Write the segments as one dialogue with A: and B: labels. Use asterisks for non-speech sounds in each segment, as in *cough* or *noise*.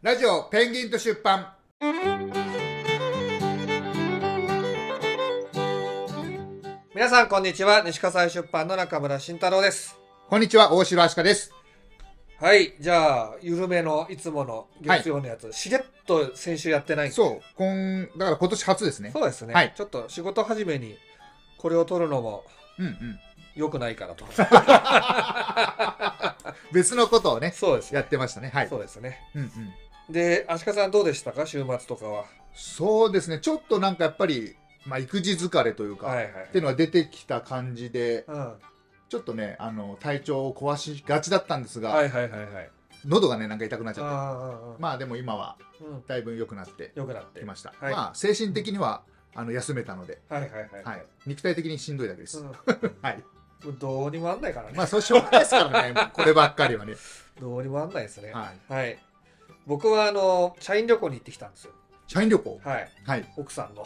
A: ラジオペンギンと出版
B: 皆さんこんにちは西葛西出版の中村慎太郎です
A: こんにちは大城あしかです
B: はいじゃあ緩めのいつもの月曜のやつ、しれっと先週やってないそ
A: そう今だから今年初ですね
B: うですね、
A: はい
B: ちょっと仕事始めにこれを取るのも
A: うんうん
B: 良くないか
A: *laughs*
B: なと
A: 別のことをね
B: そうです
A: や
B: ね
A: ってましたねはい
B: そうですね
A: うんうん
B: で足利さんどうでしたか週末とかは
A: そうですねちょっとなんかやっぱりまあ育児疲れというか、
B: はいはい
A: っていうのが出てきた感じで
B: うん、は
A: ちょっとねあの体調を壊しがちだったんです
B: い
A: が、
B: はいはいはい
A: 喉がねなんか痛くなっちゃって
B: ああ、
A: まあでも今は
B: うん、
A: だいぶ良くなって
B: 良くなって
A: きました、
B: はい
A: まあ精神的にはあの休めたので、
B: はいはいはい
A: はい、肉体的にしんどいだけです、
B: うん *laughs*
A: はい
B: もうどうにもあんないからね、
A: まあそうしょうがないですからねもうこればっかりはね
B: どうにもあんないですね
A: はい
B: はい僕はあの社員旅行に行ってきたんですよ
A: 社員旅行
B: はい
A: はい。
B: 奥さ
A: *laughs*
B: んの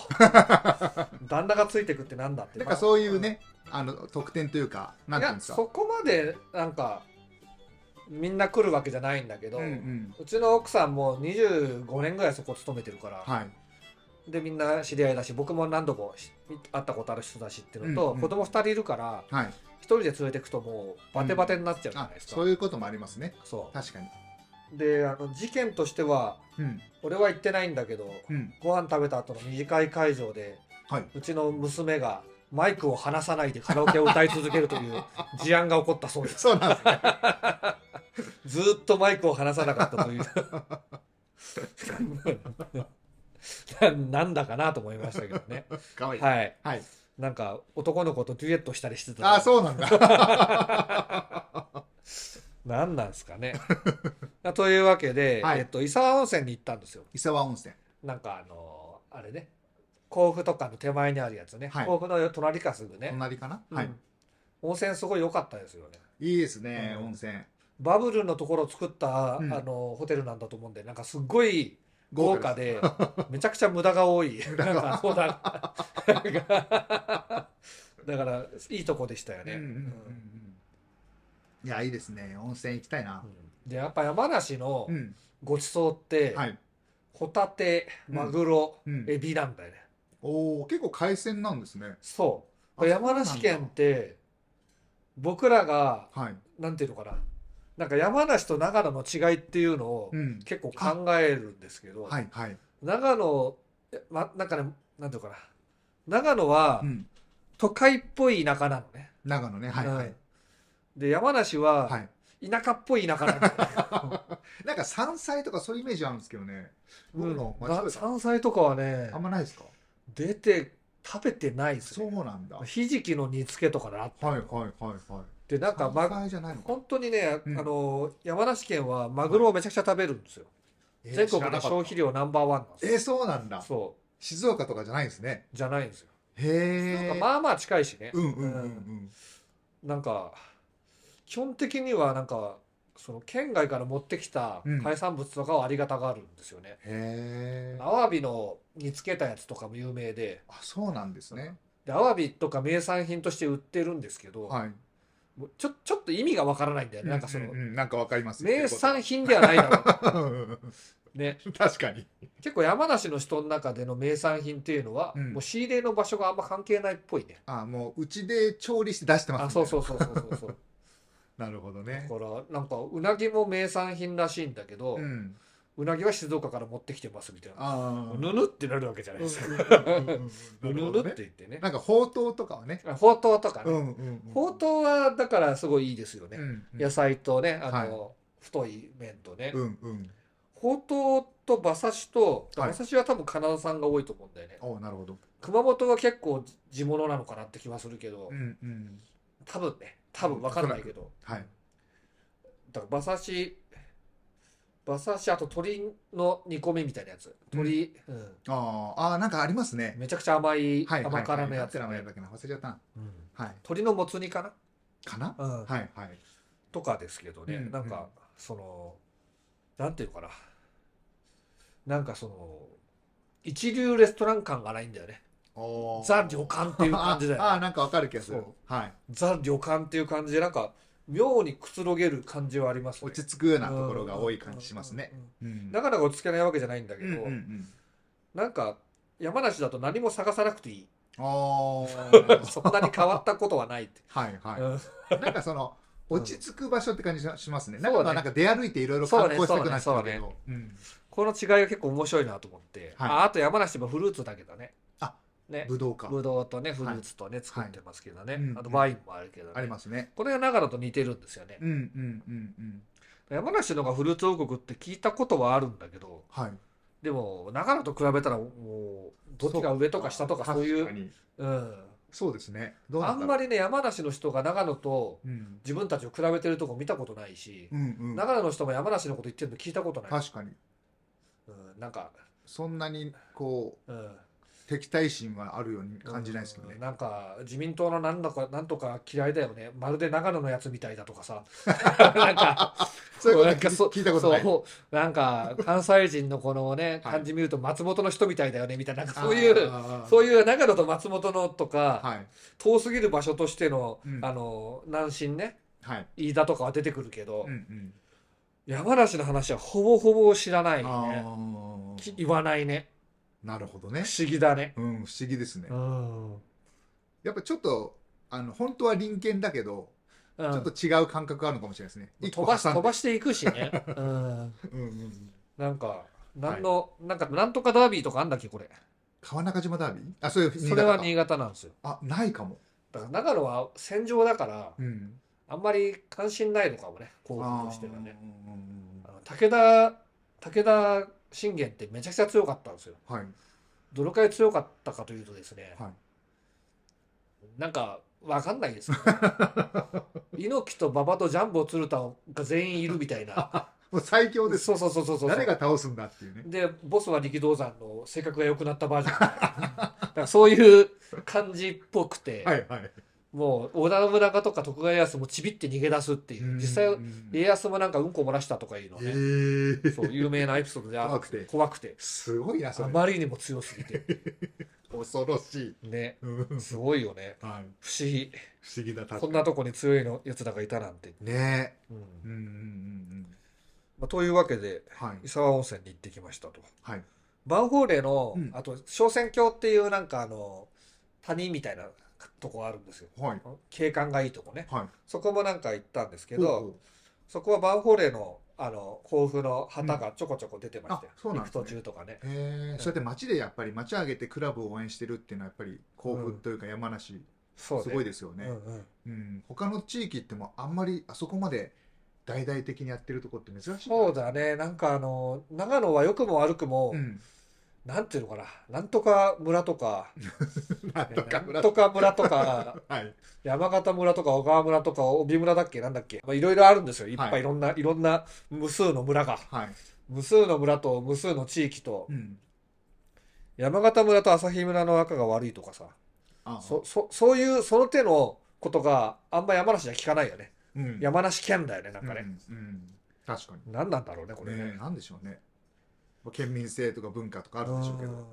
B: 旦那がついてくってなんだって
A: なんかそういうね、あの、特典というか、
B: ま
A: な
B: あ
A: ん
B: い
A: ていうんです
B: やそ
A: か。
B: こまでなんかみんな来るわけじゃないんだけ
A: う
B: ど、
A: ん
B: う
A: うん。
B: ちの奥さんも25年ぐらいそこ勤めてるから、
A: はい。
B: でみんな知り合いだし僕も何度もし会ったことある人だしっていうのと、
A: うんうん
B: 子供2人いるから
A: はい。
B: 1人で連れてくともうバテバテになっちゃうじゃな
A: あ
B: い、ですか、
A: そういうこともありますね。
B: そう
A: 確かに。
B: であの事件としては
A: うん。
B: 俺は行ってないんだけど、
A: うん。
B: ご飯食べた後の二次会会場で、
A: はいう *laughs*
B: ちの娘がマイクを離さないでカラオケを歌い続ける
A: *laughs*
B: という事案が起こったそうです
A: そうなんですね。
B: ずーっとマイクを離さなかったという
A: *laughs*
B: ななんだかなと思いましたけどね
A: かわいい。
B: はい
A: はい。
B: なんか男の子とデュエットしたりしてた
A: あ、そうなん
B: *laughs*
A: だ。
B: なんなんですかね *laughs* というわけで、
A: はい
B: えっと、伊沢温泉に行ったんですよ
A: 伊沢温泉。
B: なんかあのーあれね甲府とかの手前にあるやつね、
A: はい
B: 甲府の隣かすぐね、
A: 隣かなは
B: う
A: い
B: ん。温泉すごい良かったですよね
A: いいですね、
B: うん
A: 温泉。
B: バブルのところを作った、
A: うん
B: あのホテルなんだと思うんでなんかすっごい
A: 豪
B: 豪
A: 華
B: 華でめちゃくちゃ無駄
A: *laughs*
B: が多いなんかそうだ *laughs* なんかだからいいとこでしたよ
A: うん
B: ね、
A: うんうん
B: うん
A: うん。いや、いいですね。温泉行きたいな。
B: でやっぱ山梨の
A: うん。
B: ごちそうって、
A: はい。
B: ホタテマグロ、
A: うん。
B: エビなんだよね
A: おお、結構海鮮なんですね。
B: そう
A: あ
B: 山梨県って僕らが
A: はい。
B: なんていうのかななんか山梨と長野の違いっていうのを
A: うん。
B: 結構考えるんですけど、
A: はい、はい。
B: 長野、えま、なんかね、なんていうのかな。長野は
A: うん。
B: 都会っぽい田舎なのね。
A: 長野ね。はい、は
B: う
A: い
B: ん。で、山梨
A: は。
B: はい田舎っぽい田
A: *laughs*
B: 舎なの、
A: なんか山菜とかそういうイメージあるんですけどね。
B: う
A: 僕
B: ん
A: の間違
B: な
A: えた。
B: 山菜とかはね
A: あ、んまないですか
B: 出て食べてないです
A: そ
B: ね。
A: うなんだ。はい
B: ひじきの煮付けとかなっ
A: はいはいはい。
B: て、なんか、
A: ま
B: ま、
A: がいじゃないのか。
B: 本当にね、
A: うん
B: あの、山梨県はマグロをめちゃくちゃ食べるんですよ。全国の消費
A: 量。
B: 量ナンバーワンなんです
A: え
B: よ
A: ー、そうなんだ。
B: そう。
A: 静岡とかじゃないんですね。
B: じゃないんですよ。な
A: へ
B: んか
A: え。
B: まあまあ近いしね。
A: うんうんうんうん。
B: なんか基本的にはなんかその県外から持ってきた
A: うん
B: 海産物とかはありがたがあるんですよね。
A: へえ。
B: アワビの煮つけたやつとかも有名で、
A: あ、そうなんですね。
B: でアワビとか名産品として売ってるんですけど、
A: はい。
B: もうちょちょっと意味がわからないんだよね。なんかその
A: うううんなんかわかります。
B: 名産品ではないだろう。
A: 品。
B: ね、
A: *laughs* 確かに。
B: 結構山梨の人の中での名産品っていうのは、
A: うん
B: もう仕入れの場所があんま関係ないっぽいね。
A: あ、もううちで調理して出してます。
B: あ、そう
A: う。
B: そうそうそう
A: *laughs*
B: そうそう。
A: なるほど
B: だ
A: ね。
B: からなんかうなぎも名産品らしいんだけど、
A: うん。
B: うなぎは静岡から持ってきてますみたいな。
A: ああ。
B: ぬぬってなるわけじゃないですか。
A: うんうんうんう
B: ぬ
A: ん
B: ぬ
A: うんなるほ
B: ぬ
A: ど
B: っ
A: ね
B: て言ってね。
A: なんかほうとうとかはね。
B: あほうとうとか
A: う
B: ね。
A: んうんうん。
B: ほうとうはだからすごいいいですよね
A: う。んうん
B: 野菜とね、あの、太い麺とね。
A: うんうん。
B: ほうとうと馬刺しと、
A: はい
B: 馬刺しは多分カナダ産が多いと思うんだよね。
A: おなるほど。
B: 熊本は結構地物なのかなって気はするけど
A: う、んうん。
B: 多分ね、多分わかんないけど。
A: はい。
B: だから馬刺し、馬刺し、あと鶏の煮込みみたいなやつ。鶏、うん
A: あーあー、なんかありますね。
B: めちゃくちゃ甘い、
A: はい。
B: 甘辛のやつ
A: はいはい
B: ね
A: なんて名前だっけな忘れちゃったな。
B: うん
A: はい。
B: 鶏のもつ煮かな
A: かな
B: うん
A: はいはい。
B: とかですけどね、
A: うん
B: なん
A: うん
B: かそのなんていうのかななんかその一流レストラン感がないんだよね
A: おー
B: ザ旅館っていう感じだ
A: *laughs*
B: よ
A: ああー、なんかわかる気がする
B: そう。
A: はい。
B: ザ旅館っていう感じでなんか妙にくつろげる感じはありますね
A: 落ち着くようなところが多い感じしますね
B: うんうんうんうん
A: うん
B: だから落ち着けないわけじゃないんだけ
A: うん
B: ど、
A: うんうん
B: なんか山梨だと何も探さなくてい
A: *laughs*
B: い
A: あー
B: *laughs* そんなに変わったことはないって、
A: はいはい
B: うん
A: なんかその落ち着く場所って感じしますね。
B: うん
A: なんかなんか出歩いていろいろ観光したくなっちゃうけ
B: そう
A: ど。うん
B: この違いが結構面白いなと思って、
A: はい
B: ああと山梨もフルーツだけどね
A: あ
B: ね
A: ぶどうか
B: ぶどうとねフルーツとね、作ってますけどね、
A: うんうん
B: あとワインもあるけどね、
A: ありますね。
B: これが長野と似てるんですよね、
A: うんうんうんうん。
B: 山梨の方がフルーツ王国って聞いたことはあるんだけど
A: はい。
B: でも長野と比べたらもうどっちが上とか下とかそうい
A: 確か
B: う、
A: に
B: うん、
A: そうですね。どう
B: あ
A: なん
B: ん
A: だろ
B: ま
A: う。
B: りね山梨の人が長野と
A: うん
B: 自分たちを比べてるとこ見たことないし、
A: うんうん。
B: 長野の人も山梨のこと言ってるの聞いたことない、
A: 確かに
B: うん、なんか、
A: そんなにこ
B: うん、
A: う敵対心はあるように感じないですけど
B: う
A: ね
B: ん。なんか自民党のなんだかなんとか嫌いだよねまるで長野のやつみたいだと
A: *laughs*
B: かさなんか
A: そういう
B: なん
A: こ
B: か
A: と
B: そ
A: 聞いたことない。
B: そうなんか関西人のこのね
A: はい
B: 感じ見ると松本の人みたいだよねみたいななんかそういう
A: そ
B: そういう長野と松本のとか、
A: はい
B: 遠すぎる場所としての、
A: うん
B: あの南進ね
A: はい。
B: 飯田とかは出てくるけど、
A: うんうん。
B: 山梨の話はほぼほぼ知らないね
A: あ
B: き
A: あ。
B: 言わないね
A: なるほどね
B: 不。思議だね。
A: うん不思議ですね
B: う。ん
A: やっぱちょっとあの本当は隣県だけど。
B: うん
A: ちょっと違う感覚があるのかもしれないですね。一個
B: 飛ばし
A: 挟んで
B: 飛ばしていくしね。
A: *laughs*
B: うん、
A: うんうんうん
B: なんか、なんの、なんか、なんとかダービーとかあんだっけ、これ。
A: 川中島ダービーあ、そういう
B: それは
A: か
B: 新潟なんですよ。
A: あ、ないかも。
B: だから、長野は戦場だから、
A: うん。
B: あんまり関心ないのかもね、興奮としてはね。
A: あーうんうん
B: あの武田、武田信玄ってめちゃくちゃ強かったんですよ。
A: うんはい。
B: どのくらい強かったかというとですね、
A: はい
B: なんか、わかんな
A: *laughs*
B: いですけど猪木と馬場とジャンボ鶴田が全員いるみたいな。
A: もう最強です。
B: そうそうそうそうそう。
A: 誰が倒すんだっていうね。
B: でボスは力道山の性格が良くなったバージョンだからそういう感じっぽくて、
A: はいはい。
B: もう織田信長とか徳川家康もちびって逃げ出すっていう実際
A: うん
B: 家康もなんかうんこ漏らしたとかいうの
A: え
B: ね、
A: ー
B: そう有名なエピソードであるんですけど怖くて
A: すごいな、そ
B: あ
A: れ。
B: まりにも強すぎて
A: *laughs* 恐ろしい。
B: ね
A: うん
B: すごいよね
A: はい。
B: 不思議
A: 不思議だ、
B: こんなとこに強いのやつらがいたなんて、
A: こ。ね
B: うん
A: え。うんうんうん
B: まあ、というわけで
A: うん。はい
B: 伊。沢温泉に行ってきましたと
A: はい。
B: バンフォーレの、
A: うん
B: あと昇仙峡っていうなんかあの谷みたいなとこあるんですよ
A: はい。
B: 景観がいいとこね
A: はい。
B: そこもなんか行ったんですけ
A: おうお
B: ど
A: う、
B: そこはバンフォーレのあの甲府の旗がちょこちょこ出てまして
A: あ、そうなん
B: 行
A: で
B: く
A: すね
B: 途中とかね
A: へえ。そうやって街でやっぱり街上げてクラブを応援してるっていうのはやっぱり興奮というか山梨、
B: そうね
A: すごいですよね。
B: うんうん
A: うん、他の地域ってもあんまりあそこまで大々的にやってるとこって珍しいな
B: そうだねなんかあの長野は良くも悪くも、
A: うん、
B: なんていうのかななんとか村とか
A: *laughs* なんとか
B: な
A: 村
B: んとか村と
A: *laughs*
B: か
A: はい、
B: 山形村とか小川村とか帯村だっけなんだっけまあいろいろあるんですよいっぱ
A: はい
B: いいろんな、い、ろんな無数の村が
A: はい
B: 無数の村と無数の地域と、
A: うん、
B: 山形村と旭村の赤が悪いとかさ
A: あ
B: そそそういうその手のことがあんま山梨じゃ聞かないよね、
A: うん、
B: 山梨県だよねなんかね、
A: うんうん確かに
B: 何なんだろうねこ
A: こ
B: れ
A: れ、
B: ね
A: ね、なんでしょうね県民性とか文化とかあるんでしょうけど
B: うん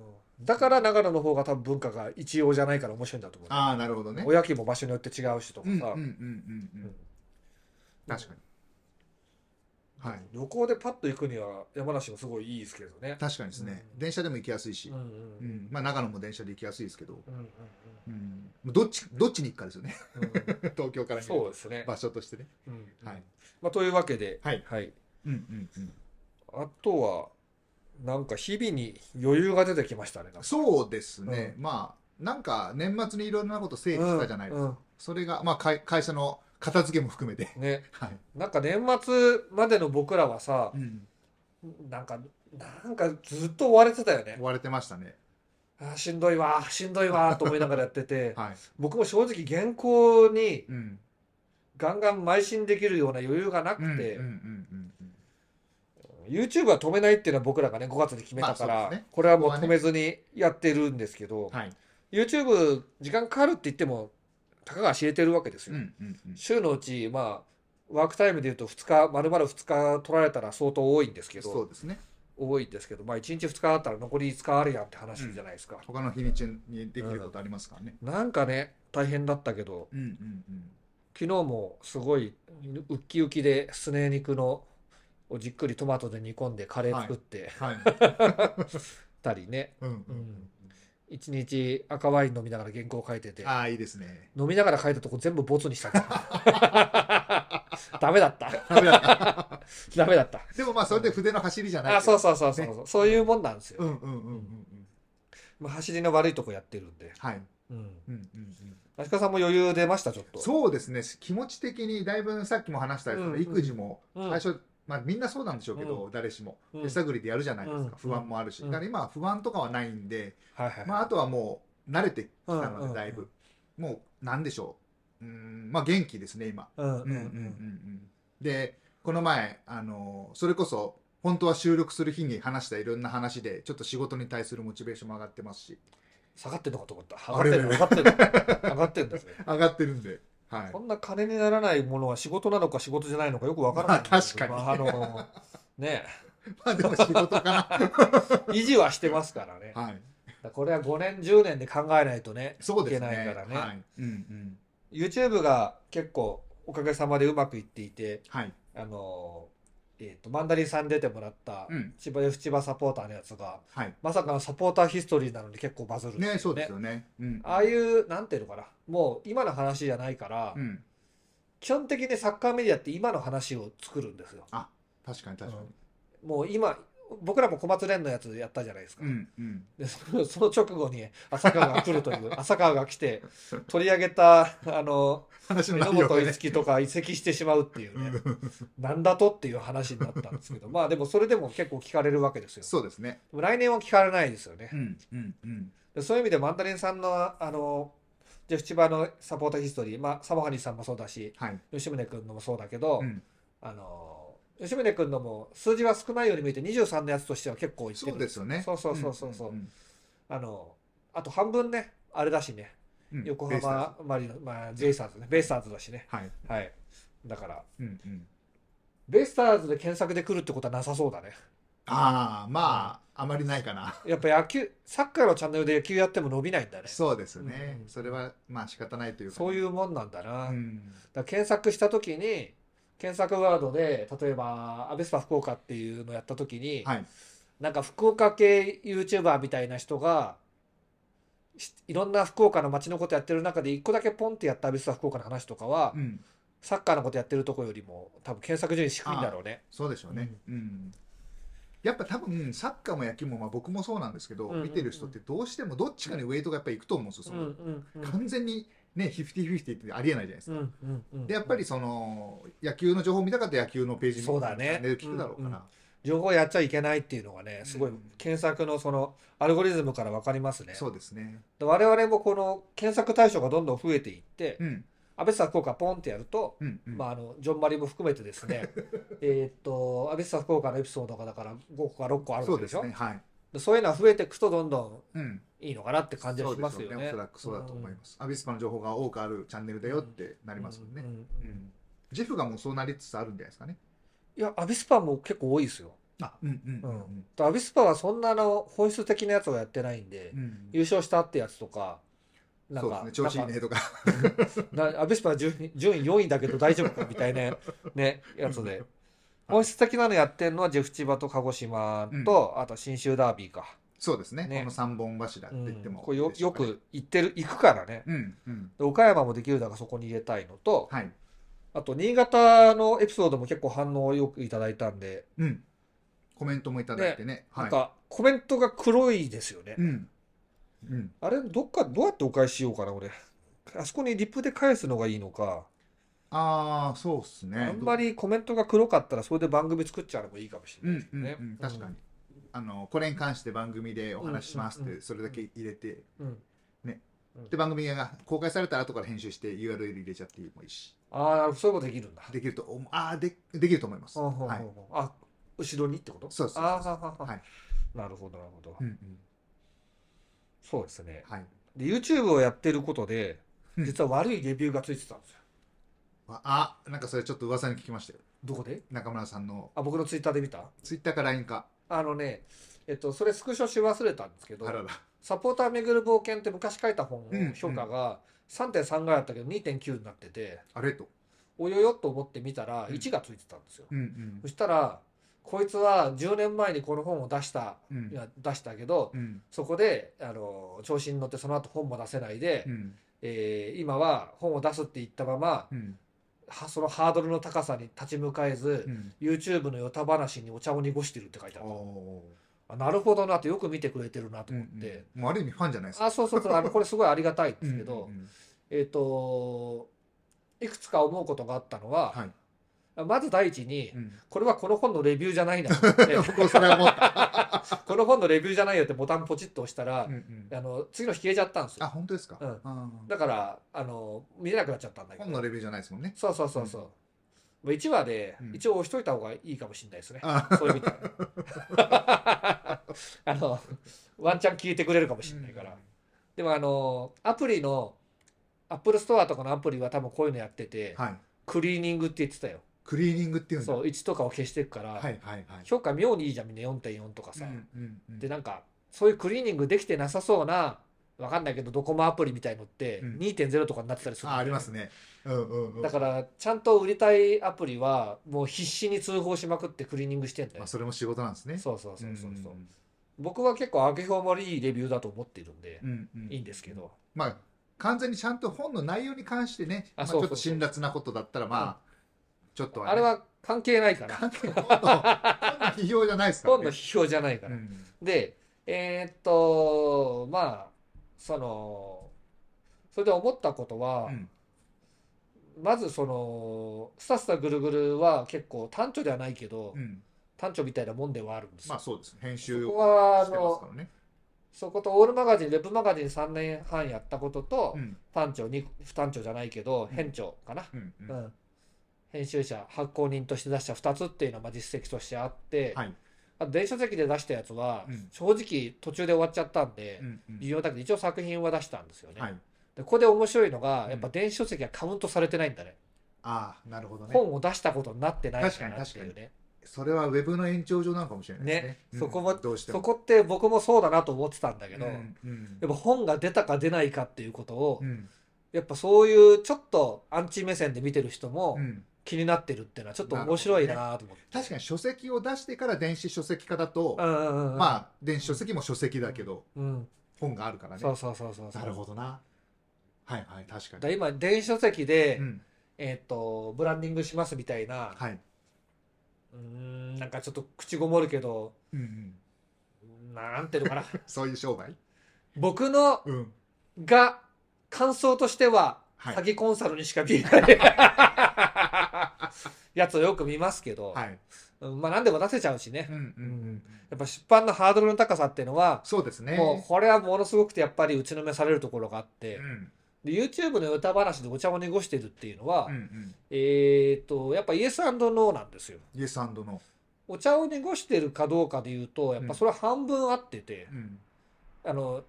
B: だから長野の方が多分文化が一様じゃないから面白いんだと思う、
A: ああなるほどね
B: おやきも場所によって違うしとか
A: うんうんう
B: さ、
A: んうんう
B: うん
A: ん確かにはい
B: 旅行でパッと行くには山梨もすごいいいですけどね
A: 確かにですね、
B: うん
A: 電車でも行きやすいし、
B: うん
A: うん
B: うん
A: まあ、長野も電車で行きやすいですけど、
B: うんうん
A: うん、どっちどっちに行くかですよね *laughs*
B: うんうん
A: 東京 *laughs* から見る
B: そうですね、
A: 場所としてね
B: うんうん
A: はい
B: まあ、というわけで、
A: はい
B: はい、
A: うんうんうん
B: あとは、なんか日々に余裕が出てきましたね。なんか
A: そうですね、まあなんか年末にいろんなこと整理したじゃないですか、
B: うん
A: それが、まあ、会会社の片付けも含めて *laughs*
B: うんね、
A: はい、
B: なんか年末までの僕らはさ
A: う、ん、
B: なんか、なんかずっと追われてたよね
A: 追。われてましたね
B: あーしんどいわ、しんど
A: *laughs*
B: いわと思いながらやってて、
A: はい、
B: 僕も正直原稿に
A: うん、
B: ガンガン邁進できるような余裕がな
A: うんうん
B: くて、
A: うんうんうん
B: YouTube は止めないっていうのは僕らがね、5月に決めたか
A: まあ
B: ら、
A: そうですね
B: これはもう
A: ここは
B: 止
A: ね
B: めずにやってるんですけど、
A: はい
B: YouTube 時間かかるって言っても、たかが知れてるわけです
A: う
B: よ。
A: んうんうん
B: 週のうち、まあ、ワークタイムでいうと2日、丸々2日取られたら相当多いんですけ
A: そ
B: ど、
A: うですね
B: 多いんですけど、まあ、1日2日あったら残り5日あるやんって話じゃないですか。
A: 他の日にちにできることありますからね
B: なんかね、大変だったけど、
A: うんうんうん
B: 昨日もすごいウッキウキですね肉のをじっくりトマトで煮込んでカレー作って
A: *laughs* はい。
B: たりね、
A: うんうん
B: うん一日赤ワイン飲みながら原稿書いてて
A: ああ、いいですね。
B: 飲みながら書いたとこ全部ボツにしたから
A: *laughs*
B: ダメだった
A: ダメだった
B: ダメだった
A: *laughs* でもまあ、それで筆の走りじゃない
B: あそう
A: そ
B: そうそうそうそう、そういうもんなんですよ、
A: うんうんうんうんうん。
B: まあ、走りの悪いとこやってるんで
A: はい。
B: うん
A: うんうんうん。
B: 足利さんも余裕出ましたちょっと
A: そうですね。気持ち的に、だいぶさっきも話したよう
B: うん
A: に、育児も、
B: うん、
A: 最初、まあみんなそうなんでしょうけど、
B: う
A: 誰しも。
B: うん
A: 手探りでやるじゃないですか。
B: うん
A: 不安もあるし。
B: うん
A: だから今は不安とかはないんで、
B: はいはい、
A: まああとはもう、慣れてきた
B: うんう
A: の
B: ん
A: で、だいぶ。もう、なんでしょう。うーん、まあ元気ですね、今。
B: うんう
A: うん
B: んう
A: うんうん
B: ん
A: うんでこの前あのそれこそ本当は収録する日に話したいろんな話でちょっと仕事に対するモチベーションも上がってますし
B: 下がってんのかと思った
A: あ
B: 上
A: れ
B: がってる上がってる上がってるんですね
A: 上がってるんで、はい
B: こ、んな金にならないものは仕事なのか仕事じゃないのかよくわからないんですけど、
A: ま
B: まあ、
A: あ
B: あ
A: 確
B: のね
A: まあでも仕事か *laughs*
B: 維持はしてますからね
A: なはい
B: これは5年10年で考えないとね
A: そうです
B: い
A: ね
B: けないからね、
A: はいうんうん、
B: YouTube が結構おかげさまでうまくいっていて
A: はい、
B: あの、えー、とマンダリンさんに出てもらった
A: うん
B: 千葉 F 千葉サポーターのやつが
A: はい、
B: まさかのサポーターヒストリーなのに結構バズるってい
A: ねそうですよねうん
B: ああいうなんていうのかなもう今の話じゃないから、
A: うん、
B: 基本的にサッカーメディアって今の話を作るんですよ。
A: 確かに確か
B: もう今僕らも小松連のやつやったじゃないですか、
A: にうんうん
B: でその *laughs* その直後に浅川が来るという
A: *laughs*
B: 浅川が来て取り上げたあの
A: 話の
B: 榎
A: 内容
B: 本
A: が
B: 一
A: ね
B: 樹とか移籍してしまうっていうねなんだとっていう話になったんで
A: *laughs*
B: すけどまあでもそれでも結構聞かれるわけですよ
A: そうですね
B: でも来年は聞かれないですよね
A: うんうんうん
B: でそういう意味でマンダリンさんのあのジェフ千葉のサポーターヒストリー、まあ、サモハニーさんもそうだし
A: はい
B: 吉宗君のもそうだけど、
A: うん
B: あの吉宗君のも数字は少ないように見えて23のやつとしては結構いってる
A: そうですよね
B: そうそうそうそうそうん
A: ん
B: あのあと半分ねあれだしね
A: うん
B: 横
A: ベイスター
B: 浜マリノまあベイスターズねベイスターズだしね
A: ズはい
B: はいだから
A: うんうん
B: ベイスターズで検索で来るってことはなさそうだね
A: ああまあ、あまりないかな
B: やっぱ野球サッカーのチャンネルで野球やっても伸びないんだね
A: そうですね、
B: うん
A: それはまあ仕方ないというか、、
B: そういううもんなんだな、
A: う
B: だか
A: ん、
B: ら検索した時に検索ワードで例えばアベスパ福岡っていうのやった時に、
A: はい
B: なんか福岡系 YouTuber みたいな人がしいろんな福岡の街のことやってる中で一個だけポンってやったアビスタ福岡の話とかは、
A: うん、
B: サッカーのことやってるとこよりも多分検索順位低いんだろうね。
A: そうでしょうね、うんやっぱ多分サッカーも野球も、まあ、僕もそうなんですけど、
B: うんうんうん
A: 見てる人ってどうしてもどっちかにウェイトがやっぱりいくと思うんですよ、その
B: んう
A: 完全にねフィフティフィフティってありえないじゃないですか、
B: んうんうん
A: でやっぱりその野球の情報を見たかったら野球のページ
B: そうだね
A: チャンネル聞くだろうから、
B: 情報やっちゃいけないっていうのがねすごい
A: うん
B: 検索のそのアルゴリズムから分かりますね。
A: そうですね
B: で我々もこの検索対象がどんどん増えていって、
A: うん
B: アベスタ福岡ポンってやると、
A: うんうん、
B: まあ、あのジョン・マリも含めてですね
A: *laughs*
B: えーっとアベスタ福岡のエピソードがだから5個か6個ある
A: そ
B: わ
A: う
B: け
A: で
B: でし
A: す
B: ょ
A: ねはい、
B: でそういうのは増えていくとどんど
A: うん、
B: んいいのかなって感じはしますよ
A: そうでしょうお
B: ね
A: そ。らくそうだと思います、アビスパの情報が多くあるチャンネルだよってなりますよね、
B: うんうんうん
A: うんジェフがもうそうなりつつあるんじゃないですかね。
B: いやアビスパも結構多いですよ。
A: あ、うんうん
B: う
A: うんん、
B: とアビスパはそんなあの本質的なやつをやってないんで、
A: うん
B: 優勝したってやつとか、なん
A: そうで
B: か
A: すね。調子いいねとか。
B: なんかなアビスパは順位順位4位だけど大丈夫かみた
A: *laughs*
B: いな、ね、やつで。本質的なのやってるのはジェフ千葉と鹿児島と、あと信州ダービーか。
A: そうですね。
B: ね
A: この三本柱って
B: うん
A: 言っても、
B: これよよ。く行ってる行くからね。
A: うんうん。
B: で岡山もできるだからそこに入れたいのと、
A: はい。
B: あと新潟のエピソードも結構反応をよくいただいたんで、
A: うん。コメントもいただいてね。は
B: なん
A: い。
B: かコメントが黒いですよね。
A: うん。うん。
B: あれ、どっか、どうやってお返ししようかな、俺。あそこにリップで返すのがいいのか、
A: ああ、そうっすね。
B: あんまりコメントが黒かったら、それで番組作っちゃうのもいいかもしれ
A: う
B: な
A: ん
B: いです
A: うん
B: ね
A: う。ん。確かに。あのこれに関して番組でお話ししますっ
B: うんうんう
A: て
B: ん
A: それだけ入れて
B: うん。うん
A: で番組が公開されたら後から編集して URL 入れちゃってもいいし
B: ああ、なるほどそういうことできるんだ。
A: できると思うああでできると思います
B: ほうほう
A: はい
B: ほうほうあ、後ろにってこと
A: そうそうそう
B: ああ、ははは
A: はい
B: なるほど、なるほど
A: う。んうん
B: そうですね。
A: はい
B: で、YouTube をやってることで、
A: うん
B: 実は悪いレビューがついてたんですよ。
A: わあなんかそれちょっと噂に聞きましたよ
B: どこで
A: 中村さんの
B: あ、僕の Twitter で見た
A: ツイッターか LINE か
B: あのね、えっと、それスクショし忘れたんですけど
A: あ、らら
B: サポーター巡る冒険って昔書いた本
A: うんう
B: の
A: ん
B: 評価が3.3ぐらいあったけど2.9になってて
A: あれと。
B: およよと思って見たら
A: うん
B: 1がついてたんですよ、
A: うんうん
B: そしたらこいつは10年前にこの本を出した、
A: うん
B: いや出したけど
A: うん
B: そこであの調子に乗ってその後本も出せないで、
A: うん
B: えー今は本を出すって言ったまま
A: うん
B: はそのハードルの高さに立ち向かえず、
A: うん。
B: YouTube のヨタ話にお茶を濁してるって書いてあった
A: お
B: あなるほどなってよく見てくれてるな
A: ーう
B: と
A: んう
B: 思っ
A: ん
B: て、
A: もうある意味ファンじゃないですか。
B: あそうそうそうあのこれすごいありがたいんですけど、
A: うんうんうん
B: えっ、といくつか思うことがあったのは、
A: はい。
B: まず第一に、
A: うん
B: これはこの本のレビューじゃないなと思っ
A: *laughs*
B: て
A: 僕もそれは思った。
B: この本のレビューじゃないよってボタンポチッと押したら
A: うん、うん
B: あの次の日消えちゃったんです
A: あ
B: よ
A: 本当ですか。
B: うん
A: ん
B: だからあの見れなくなっちゃったんだけ
A: 本
B: ど
A: のレビューじゃないですもんね。
B: そうそうそうそう、まあ1話で
A: うん
B: 一応押しといた方がいいかもしれないです
A: *laughs*
B: ね、
A: あ
B: そういう意味で *laughs* あのワンチャン聞いてくれるかもしれないから、でもあのアプリのアップルストアとかのアプリは多分こういうのやってて、
A: はい。
B: クリーニングって言ってたよ、
A: クリーニングっていうんだ。
B: そう1とかを消していくから、
A: はいはいはい。
B: 評価妙にいいじゃんみんな4.4とかさ、
A: うんうんうん
B: でなんかそういうクリーニングできてなさそうなわかんないけどドコモアプリみたいのって
A: うん
B: 2.0とかになってたりするんだ
A: あ
B: よ
A: ありますね。うんうんうん。
B: だからちゃんと売りたいアプリはもう必死に通報しまくってクリーニングしてんだよ、
A: まあそれも仕事なんですね。
B: そうそうそうそうそう、
A: ん
B: 僕は結構上げ表もいいレビューだと思ってるんで、
A: うんうんうん
B: いいんですけど
A: まあ完全にちゃんと本の内容に関してね、
B: あ
A: まあち
B: そ
A: ょ
B: う
A: っ
B: そう
A: と辛辣なことだったらまあちょっとね
B: あれは関係ないから
A: 関係本の本の批評じゃないですから
B: 本
A: ね。
B: の批評じゃないから、
A: うん
B: でえーっとまあそのそれで思ったことは、
A: うん
B: まずそのスタスタぐるぐるは結構単調ではないけど、
A: うん
B: 単調みたいなもんではあるんですよ
A: まあそうですね編
B: そ
A: 集
B: こ
A: を
B: はあ
A: してますか
B: の
A: らね。
B: そことオールマガジンウェブマガジン3年半やったことと、
A: うん
B: 単調に不単調じゃないけど
A: うん
B: 編調かな、
A: うんう
B: うんん編集者発行人として出した2つっていうのはまあ実績としてあって、
A: はい
B: あと電子書籍で出したやつは、
A: うん
B: 正直途中で終わっちゃったんで
A: う、んうん
B: 微妙だけど一応作品は出したんですよね、
A: はい。
B: でここで面白いのが、
A: うん
B: やっぱ電子書籍はカウントされてないんだね
A: ああなるほどね。
B: 本を出したことになってない
A: 確かに
B: なっていう
A: 確
B: ね
A: それはウェブの延長上なのかもしれないですね。
B: ね
A: うん
B: そこも
A: どうして
B: そ
A: も。
B: こって僕もそうだなと思ってたんだけ
A: け
B: ど、
A: う
B: や
A: んうん
B: っぱ本が出たか出ないかっていうことを、
A: うん
B: やっぱそういうちょっとアンチ目線で見てる人も
A: うん
B: 気になってるっていうのはちょっと面白いなと思って、
A: 確かに書籍を出してから電子書籍化だと、
B: うんうんうん
A: まあ電子書籍も書籍だけど、
B: うん
A: 本があるからね
B: そうそうそうそうそう
A: なるほどなはいはい確か
B: だ
A: に
B: から今電子書籍で、
A: うん
B: えっ、とブランディングしますみたいな、
A: はい、
B: うーんなんかちょっと口ごもるけど
A: うんうん、
B: なんていうのかな
A: そういう商売
B: 僕の
A: うん
B: が感想としては、
A: はい
B: 詐欺コンサルにしか見えない *laughs* やつをよく見ますけど、
A: はい
B: うんまあ何でも出せちゃうしね、
A: うんうんうん
B: やっぱ出版のハードルの高さっていうのは、
A: そうですね
B: もうこれはものすごくてやっぱり打ちのめされるところがあって、
A: うん
B: で YouTube の歌話でお茶を濁してるっていうのは、
A: うんうん
B: えっとやっぱイエスノーなんですよ。
A: イエスアンドの
B: お茶を濁してるかどうかで言うとやっぱそれは半分合ってて、
A: うん
B: あの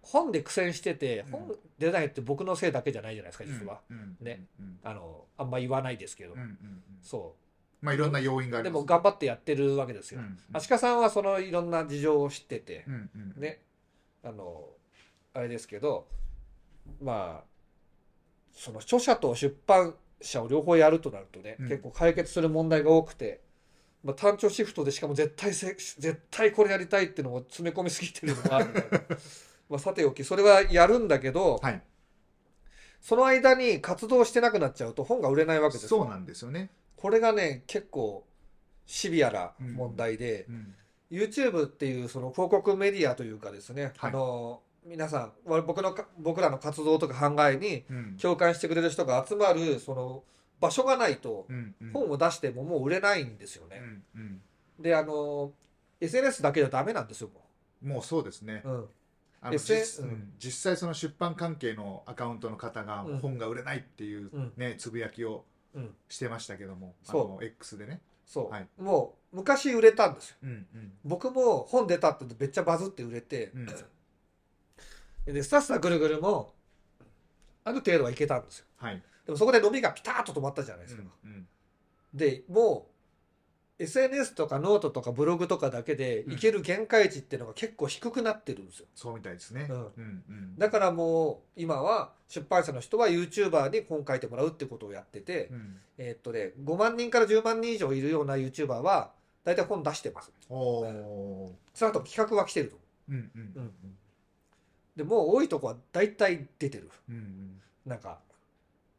B: 本で苦戦してて
A: うん
B: 本出ないって僕のせいだけじゃないじゃないですか実は、
A: うんうん
B: ね
A: うん
B: あのあんま言わないですけど、
A: うんうんうん
B: そ
A: まあいろんな要因があ
B: う
A: り
B: で
A: ます
B: も頑張ってやってるわけですよ。
A: うん
B: 足利さんはそのいろんな事情を知ってて、
A: うんうん
B: ね、あの、あれですけど、まあ、その著者と出版社を両方やるとなるとね、
A: うん
B: 結構解決する問題が多くて、まあ、単調シフトでしかも絶対せ、絶対これやりたいっていうのを詰め込みすぎてるのもあるん
A: *laughs*
B: だけどまあさておき、それはやるんだけど、
A: はい
B: その間に活動してなくなっちゃうと本が売れないわけですよ
A: そうなんですよね
B: これがね、結構シビアな問題で、
A: うん、
B: YouTube っていうその広告メディアというかですね、
A: はい
B: あの皆さんわ僕のか僕らの活動とか考えに
A: うん
B: 共感してくれる人が集まるその場所がないと
A: うんうん
B: 本を出してももう売れないんですよ
A: う
B: ね。
A: んうん
B: であの SNS だけじゃダメなんですよも
A: もうそうですね
B: う。うん
A: あの
B: SS
A: 実うん実際その出版関係のアカウントの方が
B: うん
A: 本が売れないっていう
B: うん
A: ね、つぶやきを
B: うん
A: してましたけども、
B: そう
A: あの X でね、
B: そう、
A: はい
B: もう昔売れたんですよ。
A: うんうん
B: 僕も本出たってめっちゃバズって売れて、
A: うん
B: でスタスタぐるぐるもある程度はいけたんですよ。
A: はい、
B: でもそこで伸びがピタッと止まったじゃないですか。
A: うん
B: でも SNS とかノートとかブログとかだけで
A: うん
B: いける限界値っていうのが結構低くなってるんですよ。
A: そうみたいですね。
B: うん
A: うんうん
B: だからもう今は出版社の人は YouTuber に本書いてもらうってことをやってて、
A: うん
B: えーっとね、5万人から10万人以上いるような YouTuber は大体本出してます。
A: おー
B: 少なくとも企画は来てると思
A: うんうん
B: う。でもう多いとこは大体出てる。
A: うんうん
B: なんか、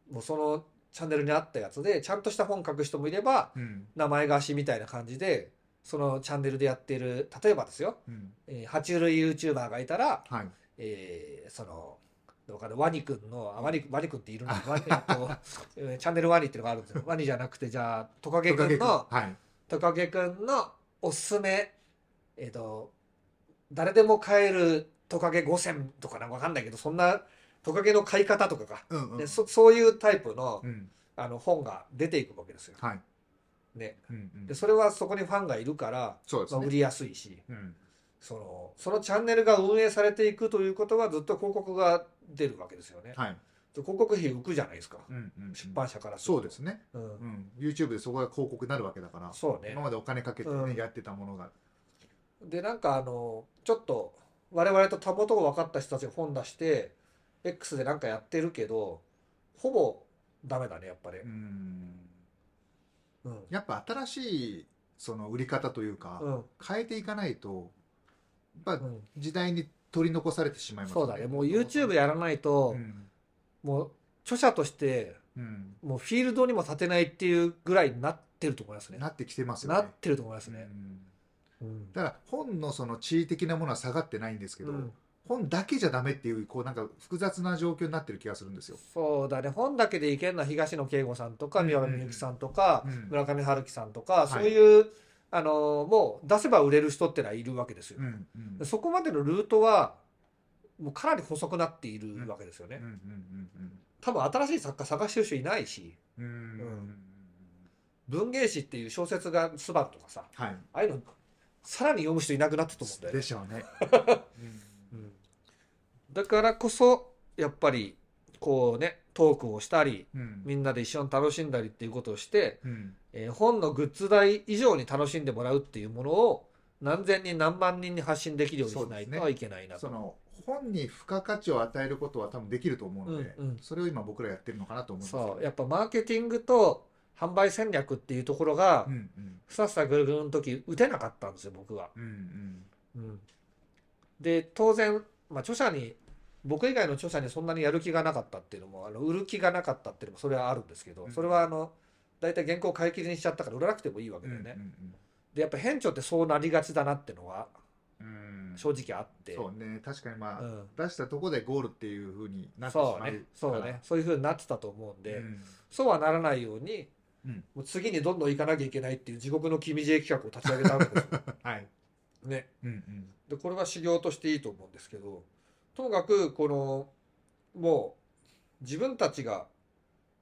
B: もうそのチャンネルにあったやつで、ちゃんとした本書く人もいれば、
A: うん
B: 名前貸しみたいな感じで、そのチャンネルでやってる、例えばですよ、
A: うん
B: えー、爬虫類 YouTuber がいたら、
A: はい。
B: えーその、どうかなワニくんの、あワニ、ワニくんっているのワニ、えっとえーチャンネルワニっていうのがあるんですよ。ワニじゃなくて、じゃあ、トカゲ
A: ト
B: く
A: カゲ
B: ん
A: 君
B: の、
A: はい。
B: トカゲくんのおすすめ、えっ、と、誰でも飼えるトカゲ5選とかなんかわかんないけど、そんなトカゲの飼い方とかが、
A: うんうん
B: でそそういうタイプの
A: うん
B: あの本が出ていくわけですよ。
A: はい。
B: ね、
A: うんうん
B: でそれはそこにファンがいるから、
A: そうで
B: ますあ、売
A: ね。
B: りやすいし
A: うん
B: そのそのチャンネルが運営されていくということはずっと広告が出るわけですよね。
A: はい。
B: で広告費浮くじゃないですか、
A: うんうんうん
B: 出版社からると
A: そうですね。
B: うん
A: うん。YouTube でそこが広告になるわけだから。
B: そうね
A: 今までお金かけて
B: うん
A: ね、やってたものが。
B: でなんかあのちょっと我々とたもとが分かった人たちが本出して X でなんかやってるけどほぼダメだねやっぱり。
A: うん。
B: うん
A: やっぱ新しい、その売り方というか
B: う、ん
A: 変えていかないと、やっ
B: う
A: ぱ
B: ん
A: 時代に取り残されてしまいます
B: そうだねもう YouTube やらないと、
A: うん
B: もう著者として
A: うん。
B: もうフィールドにも立てないっていうぐらいになってると思いますね。
A: な
B: な
A: ってきてますよね。
B: ってると思いますね
A: う。ん
B: うん
A: だから本のその地位的なものは下がってないんですけど、
B: うん
A: 本だけじゃダメっていうこうなんか複雑な状況になってる気がするんですよ。
B: そうだね本だけでいけるのは東野圭吾さんとか
A: うん
B: 三浦美幸さんとか
A: うん
B: 村上春樹さんとか
A: い
B: そういうあのーもう出せば売れる人ってのはいるわけですよ
A: う。んうん
B: そこまでのルートはもうかなり細くなっているわけですよ
A: うん
B: ね
A: う。ん
B: 多分新しい作家探してる人いないし
A: うんうんうん
B: うん文芸誌っていう小説が「スバルとかさ
A: はい。
B: ああいうのさらに読む人いなくなったと思うんだよね
A: で。しょ
B: *laughs*
A: うね。
B: うんだからこそやっぱりこうねトークをしたり
A: うんうん
B: みんなで一緒に楽しんだりっていうことをして、
A: うん
B: えー本のグッズ代以上に楽しんでもらうっていうものを何千人何万人に発信できるようにしない
A: そうです
B: と
A: ね
B: いけないなと
A: その本に付加価値を与えることは多分できると思うので、
B: うんうん
A: それを今僕らやってるのかなと思います。
B: そうやっぱマーケティングと販売戦略っていうところが、
A: うんうん
B: ふさふさぐるぐるの時打てなかったんですよ僕は。
A: うんうん
B: うんで当然、まあ、著者に僕以外の著者にそんなにやる気がなかったっていうのもあの売る気がなかったっていうのもそれはあるんですけど、
A: うん
B: それはあの大体原稿買い切りにしちゃったから売らなくてもいいわけ
A: うん
B: だ
A: う
B: よね。
A: ん
B: でやっぱ編著ってそうなりがちだなってのは
A: うんうん
B: 正直あって。
A: そうね確かにまあ、
B: うん
A: 出したとこでゴールっていうふうになってしまう
B: そう
A: から
B: ね、そうね、そういう風になってたと思うんで、
A: うん
B: そうはならないように、
A: うん
B: もう次にどんどん行かなきゃいけないっていう地獄の君知恵企画を立ち上げたわけです
A: *laughs*
B: よ
A: はい。
B: ね。
A: うんうん
B: でこれは修行としていいと思うんですけどともかくこのもう自分たちが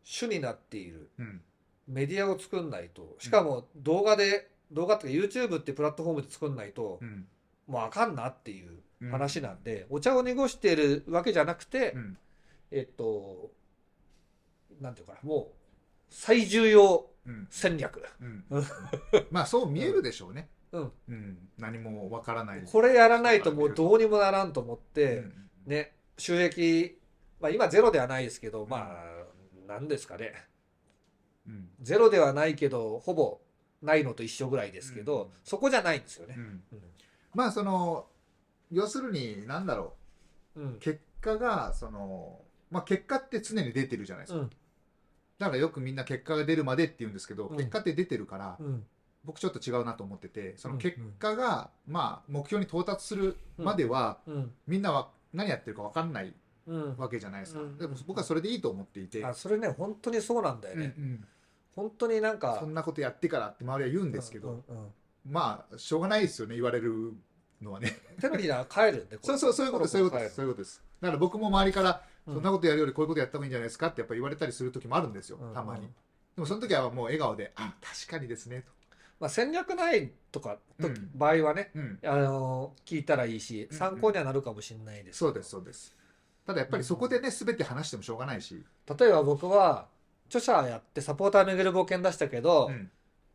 B: 主になっている
A: うん
B: メディアを作んないとしかも動画で、動画っていうか YouTube ってプラットフォームで作んないと、
A: うん
B: もうあかんなっていう
A: うん
B: 話なんで、お茶を濁してるわけじゃなくて、
A: うん
B: えっとなんていうかなもう最重要
A: うん
B: 戦略、
A: うん
B: *laughs* うん
A: まあそう見えるでしょうね。
B: うん
A: うん何もわからない。
B: これやらないともうどうにもならんと思って。
A: うん
B: ね、収益、まあ、今ゼロではないですけど、まあ、なんですかね、
A: うん
B: ゼロではないけど、ほぼないのと一緒ぐらいですけど、
A: うん
B: そこじゃないんですよ
A: う
B: ね。
A: ん
B: うん
A: まあその要するになんだろ
B: うん
A: う結果がそのまあ結果って常に出てるじゃないです
B: う
A: か。
B: ん
A: だからよくみんな結果が出るまでって言うんですけど
B: うん
A: 結果って出てるから
B: うん
A: 僕ちょっと違うなと思っててその結
B: うん
A: 果がまあ目標に到達するまでは
B: うん
A: みんなは何やってるかわかんない
B: うん
A: わけじゃないですか
B: うん。
A: でも僕はそれでいいと思っていて。
B: あそれね本当にそうなんだよ
A: うんう
B: ね、
A: ん
B: 本当になんか
A: そんなことやってからって周りは言うんですけど、
B: うんうんうん
A: まあしょうがないですよね言われるのはね
B: 手のひらは帰るんで
A: そうそうそういうことですそういうことですそういうことですだから僕も周りから
B: うん
A: そんなことやるよりこういうことやった方がいいんじゃないですかってやっぱ言われたりする時もあるんですよ
B: うん
A: たまに、
B: うん
A: でもその時はもう笑顔で「あ確かにですね」
B: まあ、戦略ないとか、と
A: うん
B: 場合はね
A: と、うん、
B: あの聞いたらいいし
A: うんうん
B: 参考にはなるかもしれないですけ
A: そ
B: ど
A: うですそうですただやっぱりそこでね全て話してもしょうがないし、
B: 例えば僕は著者やってサポーター巡る冒険出したけど、
A: うん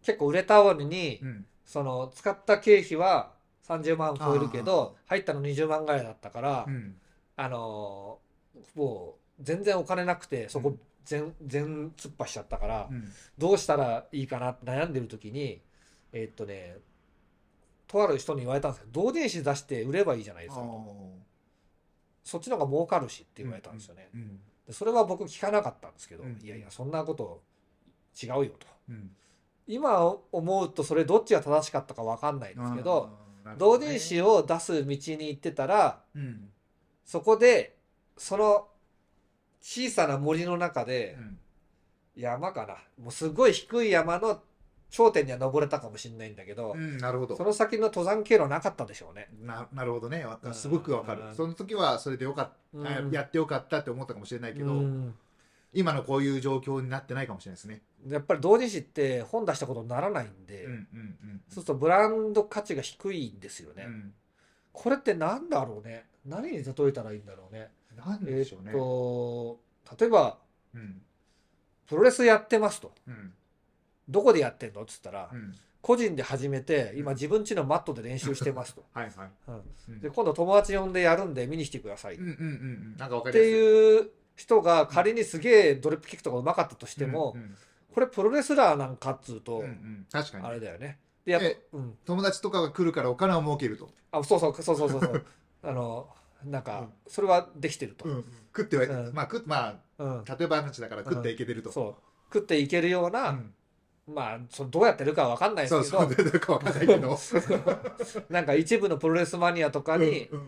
B: 結構売れた折に、
A: うん
B: その使った経費は30万超えるけど入ったの20万ぐらいだったから、
A: うん
B: あのーもう全然お金なくてそうこ
A: ん
B: 全全突っ走っちゃったから、
A: うん
B: どうしたらいいかなって悩んでる時にえーっとねとある人に言われたんですけど同人誌出して売ればいいじゃないです
A: あ
B: か
A: ー
B: そっちの方が儲かるしって言われたんですよね、
A: うん
B: でそれは僕聞かなかったんですけど、
A: うん
B: いやいやそんなこと違うよと
A: うん
B: 今思うとそれどっちが正しかったか分かんないんですけど、
A: あーなるほ
B: 同
A: どね
B: 人誌を出す道に行ってたら
A: うん
B: そこでその小さな森の中で
A: うん
B: 山かなもうすごい低い山の頂点には登れたかもしれないんだけど、
A: うんなるほど
B: その先の登山経路はなかったでしょうね。
A: ななるほどねわ
B: うん
A: すごくわかる
B: うん
A: その時はそれでよかった、あ
B: うん
A: やってよかったって思ったかもしれないけど、
B: うん
A: 今のこういう状況になってないかもしれないですね
B: やっぱり同人誌って本出したことにならないんで、
A: うんうんうん
B: そうするとブランド価値が低いんですよね。
A: うん
B: これってなんだろうね何に例えたらいいんだろうね。
A: なん
B: え
A: でしょう
B: ー
A: ね、
B: っと例えば
A: うん
B: プロレスやってますと
A: うん
B: どこでやってんのっつったら、
A: うん
B: 個人で始めて
A: う
B: 今
A: ん
B: 自分家のマットで練習してますと、
A: はいはい、
B: うん
A: うん、
B: で今度友達呼んでやるんで見に来てくださいっ
A: うんうんうんうんなんかわか
B: て
A: りやすいっ
B: いう人が仮にすげえドリップキックとかうまかったとしても、
A: うんうん
B: これプロレスラーなんかっつうと、
A: うんうん確かに
B: あれだよねでやっぱ
A: え
B: うん、
A: 友達とかが来るからお金を儲けると、
B: あそうそうそうそうそうそう *laughs* あのなんか、
A: うん
B: それはできてると、
A: うん食っては、
B: うん
A: まあ食っま
B: うん
A: あ例えば話だから食っていけてると、
B: そう食っていけるよう
A: う
B: な、
A: ん
B: まあそのどうやってるかは分かんないです
A: そ
B: け
A: うそ
B: ど
A: うどういうかわかんないけ *laughs* ど
B: なんか一部のプロレスマニアとかに、
A: うん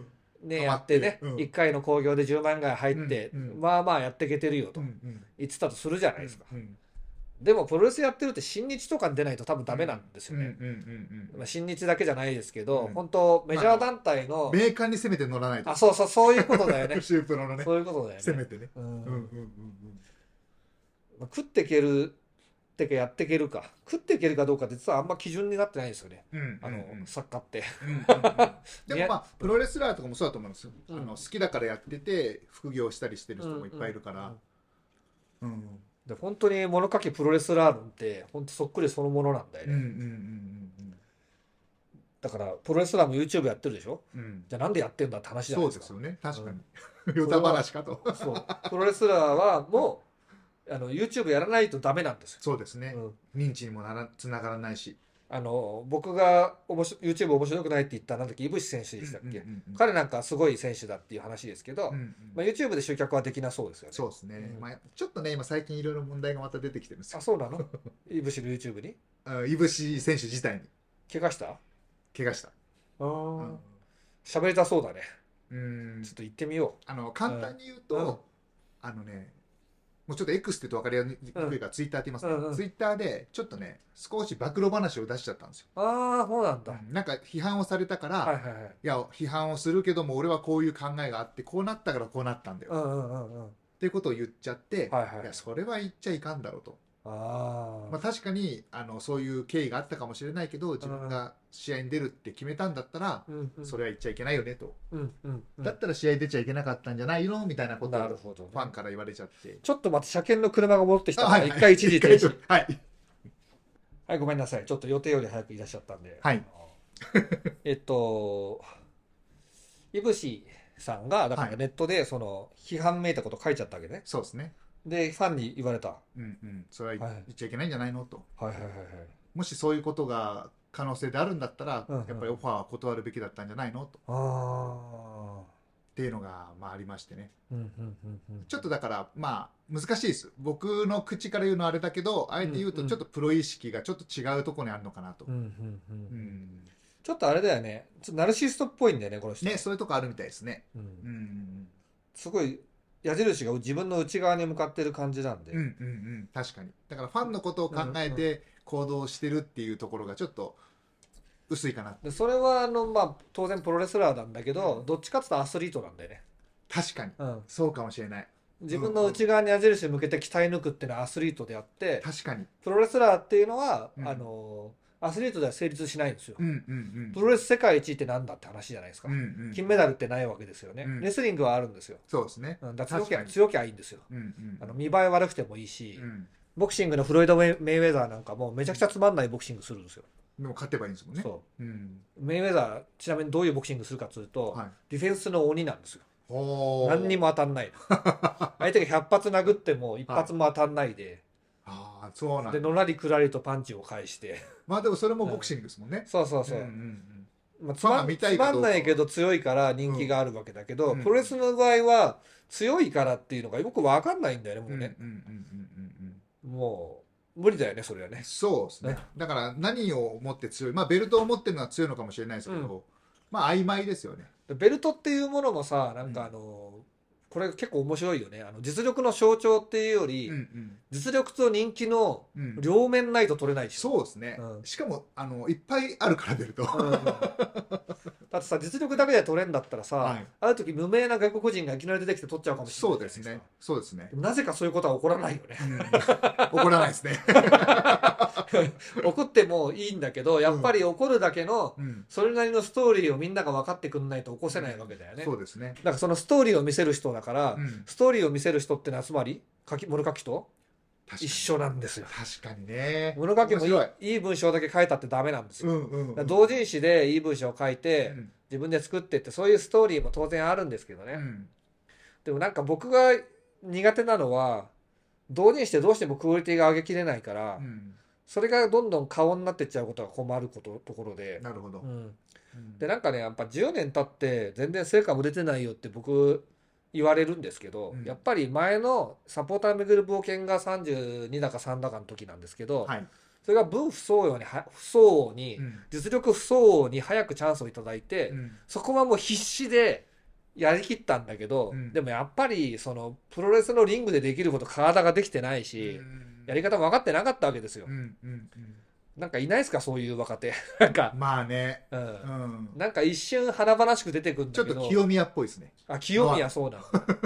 A: うん
B: ね、
A: ハマ
B: やっ
A: って
B: てね、
A: うん
B: 1回の興行で10万円ぐらい入って、
A: うんうん
B: まあまあやっていけてるよと
A: うんうん
B: 言ってたとするじゃないですか、
A: うんうん
B: でもプロレスやってるって新日とかに出ないと多分ダメなんですよね、
A: うんうんうんうん
B: まあ、新日だけじゃないですけど、
A: うん
B: 本当メジャー団体の、
A: メーカーに攻めて乗らないと
B: あそうそうそういうことだよね
A: シュープロのね
B: そういうことだよ
A: 攻め
B: ね、
A: てね
B: うん
A: うんうんうん
B: まあ食っていけるってかやっていけるか食っていけるかどうかって実はあんま基準になってないんですよね
A: うんうん
B: あの、
A: うんうん
B: 作家って
A: うんうんうん *laughs* でもまあプロレスラーとかもそうだと思うんですよ、
B: うん
A: あの好きだからやってて副業したりしてる人もいっぱいいるから、うんうん
B: で本当に物書きプロレスラー論って本当そっくりそのものなんだよ
A: うんう
B: ね、
A: んうん
B: だからプロレスラーも YouTube やってるでしょ
A: うんうん
B: じゃあなんでやってんだって話じゃな
A: そ
B: いうです
A: で
B: か
A: すよね確かに、ヨタ話かと
B: そうプロレスラーはもうあの YouTube やらないとダメなんですよ、
A: そうですね、
B: うん
A: 認知にもならつながらないし
B: あの僕がおもし YouTube 面白くないって言ったなんだっけ井渕選手でしたっけ、
A: うんうんうん
B: 彼なんかすごい選手だっていう話ですけど、
A: うんうん
B: まあ、YouTube で集客はできなそうですよね
A: そうですね、
B: うん
A: まあ、ちょっとね今最近いろいろ問題がまた出てきてるんですよ
B: あそうなの *laughs* 井渕の YouTube に
A: うんいぶし選手自体に
B: 怪我した
A: 怪我した、
B: あ
A: う
B: ー
A: ん
B: 喋りたそうだね
A: うん
B: ちょっと行ってみよ
A: あの簡単に言うと、
B: うん
A: あのねもうちょっと X って言うと分かりやすくいから、ツイッターって言いますね、
B: うんうん
A: ツイッターでちょっとね少し暴露話を出しちゃったんですよ、
B: うああそうなんだ、
A: なんか批判をされたから、
B: はい
A: い、
B: はいはい
A: や批判をするけども俺はこういう考えがあってこうなったからこうなったんだよ、
B: う
A: っ
B: んうんうんうん
A: ていうことを言っちゃって、
B: はいはい
A: やそれは言っちゃいかんだろうと、
B: あ
A: まあ、確かにあのそういう経緯があったかもしれないけど自分が試合に出るって決めたんだったら
B: あ、、うんうん、
A: それは言っちゃいけないよねと、
B: うんうんうん
A: だったら試合出ちゃいけなかったんじゃないのみたいなこと
B: なる
A: を
B: ほど、ね
A: ファンから言われちゃって。
B: ちょっとまた車検の車が戻ってきた
A: あ
B: から、一回一時停
A: *laughs*
B: 止。。
A: はい。
B: はい、ごめんなさい。ちょっと予定より早くいらっしゃったんで。
A: はい
B: あの。 *laughs* えっと、いぶしさんが、だから
A: はい
B: ネットで、その、批判めいたこと書いちゃったわけね。
A: そうですね。
B: で、ファンに言われた。は
A: うんうん。それは
B: はい
A: 言っちゃいけないんじゃないのと。
B: いはいはいはい。
A: もしそういうことが可能性であるんだったら、
B: うんうん
A: やっぱりオファーは断るべきだったんじゃないのと。
B: ああ。
A: っていうのが、まあありましてね。
B: うんうんうんうん。
A: ちょっとだから、まあ難しいです。僕の口から言うのはあれだけど、あえて言う
B: うん
A: と
B: うん
A: ちょっとプロ意識がちょっと違うところにあるのかなと
B: う。んうんう。
A: うんん。
B: ちょっとあれだよね。ちょっとナルシストっぽいんだよね、この人。
A: ね、そういうとこあるみたいですね。
B: う。
A: うんん。
B: すごい、矢印が自分の内側に向かってる感じなんで。
A: うんうんうん。確かに。だからファンのことを考え
B: うんう
A: て行動してるっていうところがちょっと薄いかな。
B: でそれはあの、まあ、当然プロレスラーなんだけど、
A: うん
B: どっちかっていうとアスリートなんだよね、
A: 確かに。
B: うん、
A: そうかもしれない。
B: 自分の内側に矢印向けて鍛え抜くっていうのはアスリートであって
A: 確かに。
B: プロレスラーっていうのは、
A: うん
B: あのアスリートでは成立しないんですよ、
A: うんうんうん。
B: プロレス世界一ってなんだって話じゃないですか、
A: うんうん、
B: 金メダルってないわけですよね、
A: うん
B: レスリングはあるんですよ、
A: そうですね。
B: うん、だから強き
A: 確か
B: ゃ
A: に
B: 強きゃいいんですよ
A: うんうん。
B: あの見栄え悪くてもいいし、
A: うん
B: ボクシングのフロイド・メイウェザーなんかもめちゃくちゃつまんないボクシングするんですよ。
A: でも勝てばいいんですもんね。。
B: そう
A: ん。
B: うメイウェザーちなみにどういうボクシングするかというと、
A: はい。
B: ディフェンスの鬼なんですよ。
A: お
B: 何に
A: も。
B: も当たんない相手が100発殴っても1発も当たんないで、
A: ああ、そうなん
B: で
A: だ。
B: のらりくらりとパンチを返して
A: まあでもそれもボクシングですもんね。
B: そうそうそう、
A: んん
B: まあ、つ
A: ファン
B: ま
A: が
B: ん
A: 見たい
B: つ
A: か
B: ま
A: どうんか
B: ないけど強いから人気があるわけだけど、
A: うん
B: プロレスの場合は強いからっていうのがよく分かんないんだよねも
A: うん。う
B: うん
A: うん
B: ね、
A: うんうん
B: もう無理だよねそれは
A: うん。
B: ね
A: そうですね
B: ね。
A: だから何を持って強い、まあベルトを持ってるのは強いのかもしれないですけ
B: う
A: ど、まあ曖昧ですよね。
B: でベルトっていうものもさなんかあの、これ結構面白いよねあの実力の象徴っていうより、
A: うん
B: 実力と人気の
A: うんうん。
B: 両面ないと取れないし
A: そうですね
B: う。ん
A: しかもあのいっぱいあるからベルト。
B: *laughs* うんだってさ実力だけで取れんだったらさ、
A: はい
B: ある時無名な外国人がいきなり出てきて取っちゃうかもしれな
A: そ
B: いうじゃ
A: です
B: ないですか
A: ね。そうですね
B: で。もなぜかそういうことは起こらないよ
A: *laughs*
B: ね
A: うん
B: *laughs*
A: 怒らないですね。
B: 起こってもいいんだけどやっぱり起こるだけの
A: うん。
B: それなりのストーリーをみんなが分かってくんないと起こせないわけだよね、
A: そうですね。
B: だからそのストーリーを見せる人だから、
A: うん。
B: ストーリーを見せる人ってのはつまり書き物書きと
A: 確かに
B: 一緒なんですよ
A: 確かにね。
B: 物書きもい
A: 面白い
B: いいい文章だけ書いたってダメなんです
A: う
B: よ、
A: んうんう
B: だから
A: ん。
B: 同人誌でいい文章を書いて、
A: うん
B: 自分で作ってってそういうストーリーも当然あるんですけどね、
A: うん。
B: でもなんか僕が苦手なのは同人誌でどうしてもクオリティが上げきれないから、
A: うん
B: それがどんどん顔になってっちゃうことが困ることところで、
A: なるほど
B: う。ん、
A: うん
B: でなんかねやっぱ10年経って全然成果も出てないよって僕言われるんですけど、
A: うん
B: やっぱり前の「サポーター巡る冒険」が32だか3だかの時なんですけど、
A: はい。
B: それが分不相応には不相応に、
A: うん
B: 実力不相応に早くチャンスをいただいて、
A: うん
B: そこはもう必死でやりきったんだけど、
A: うん
B: でもやっぱりそのプロレスのリングでできること体ができてないし、やり方も分かってなかったわけですよ、
A: うんうんう
B: なんかいないですかそういう若手 *laughs* なんか
A: ん、まあね、
B: うん
A: うん、
B: なんか一瞬華々しく出てくるん
A: ちょ
B: だ
A: っ
B: け
A: と
B: ど
A: 清宮っぽいですね。
B: あ清宮そうなの *laughs*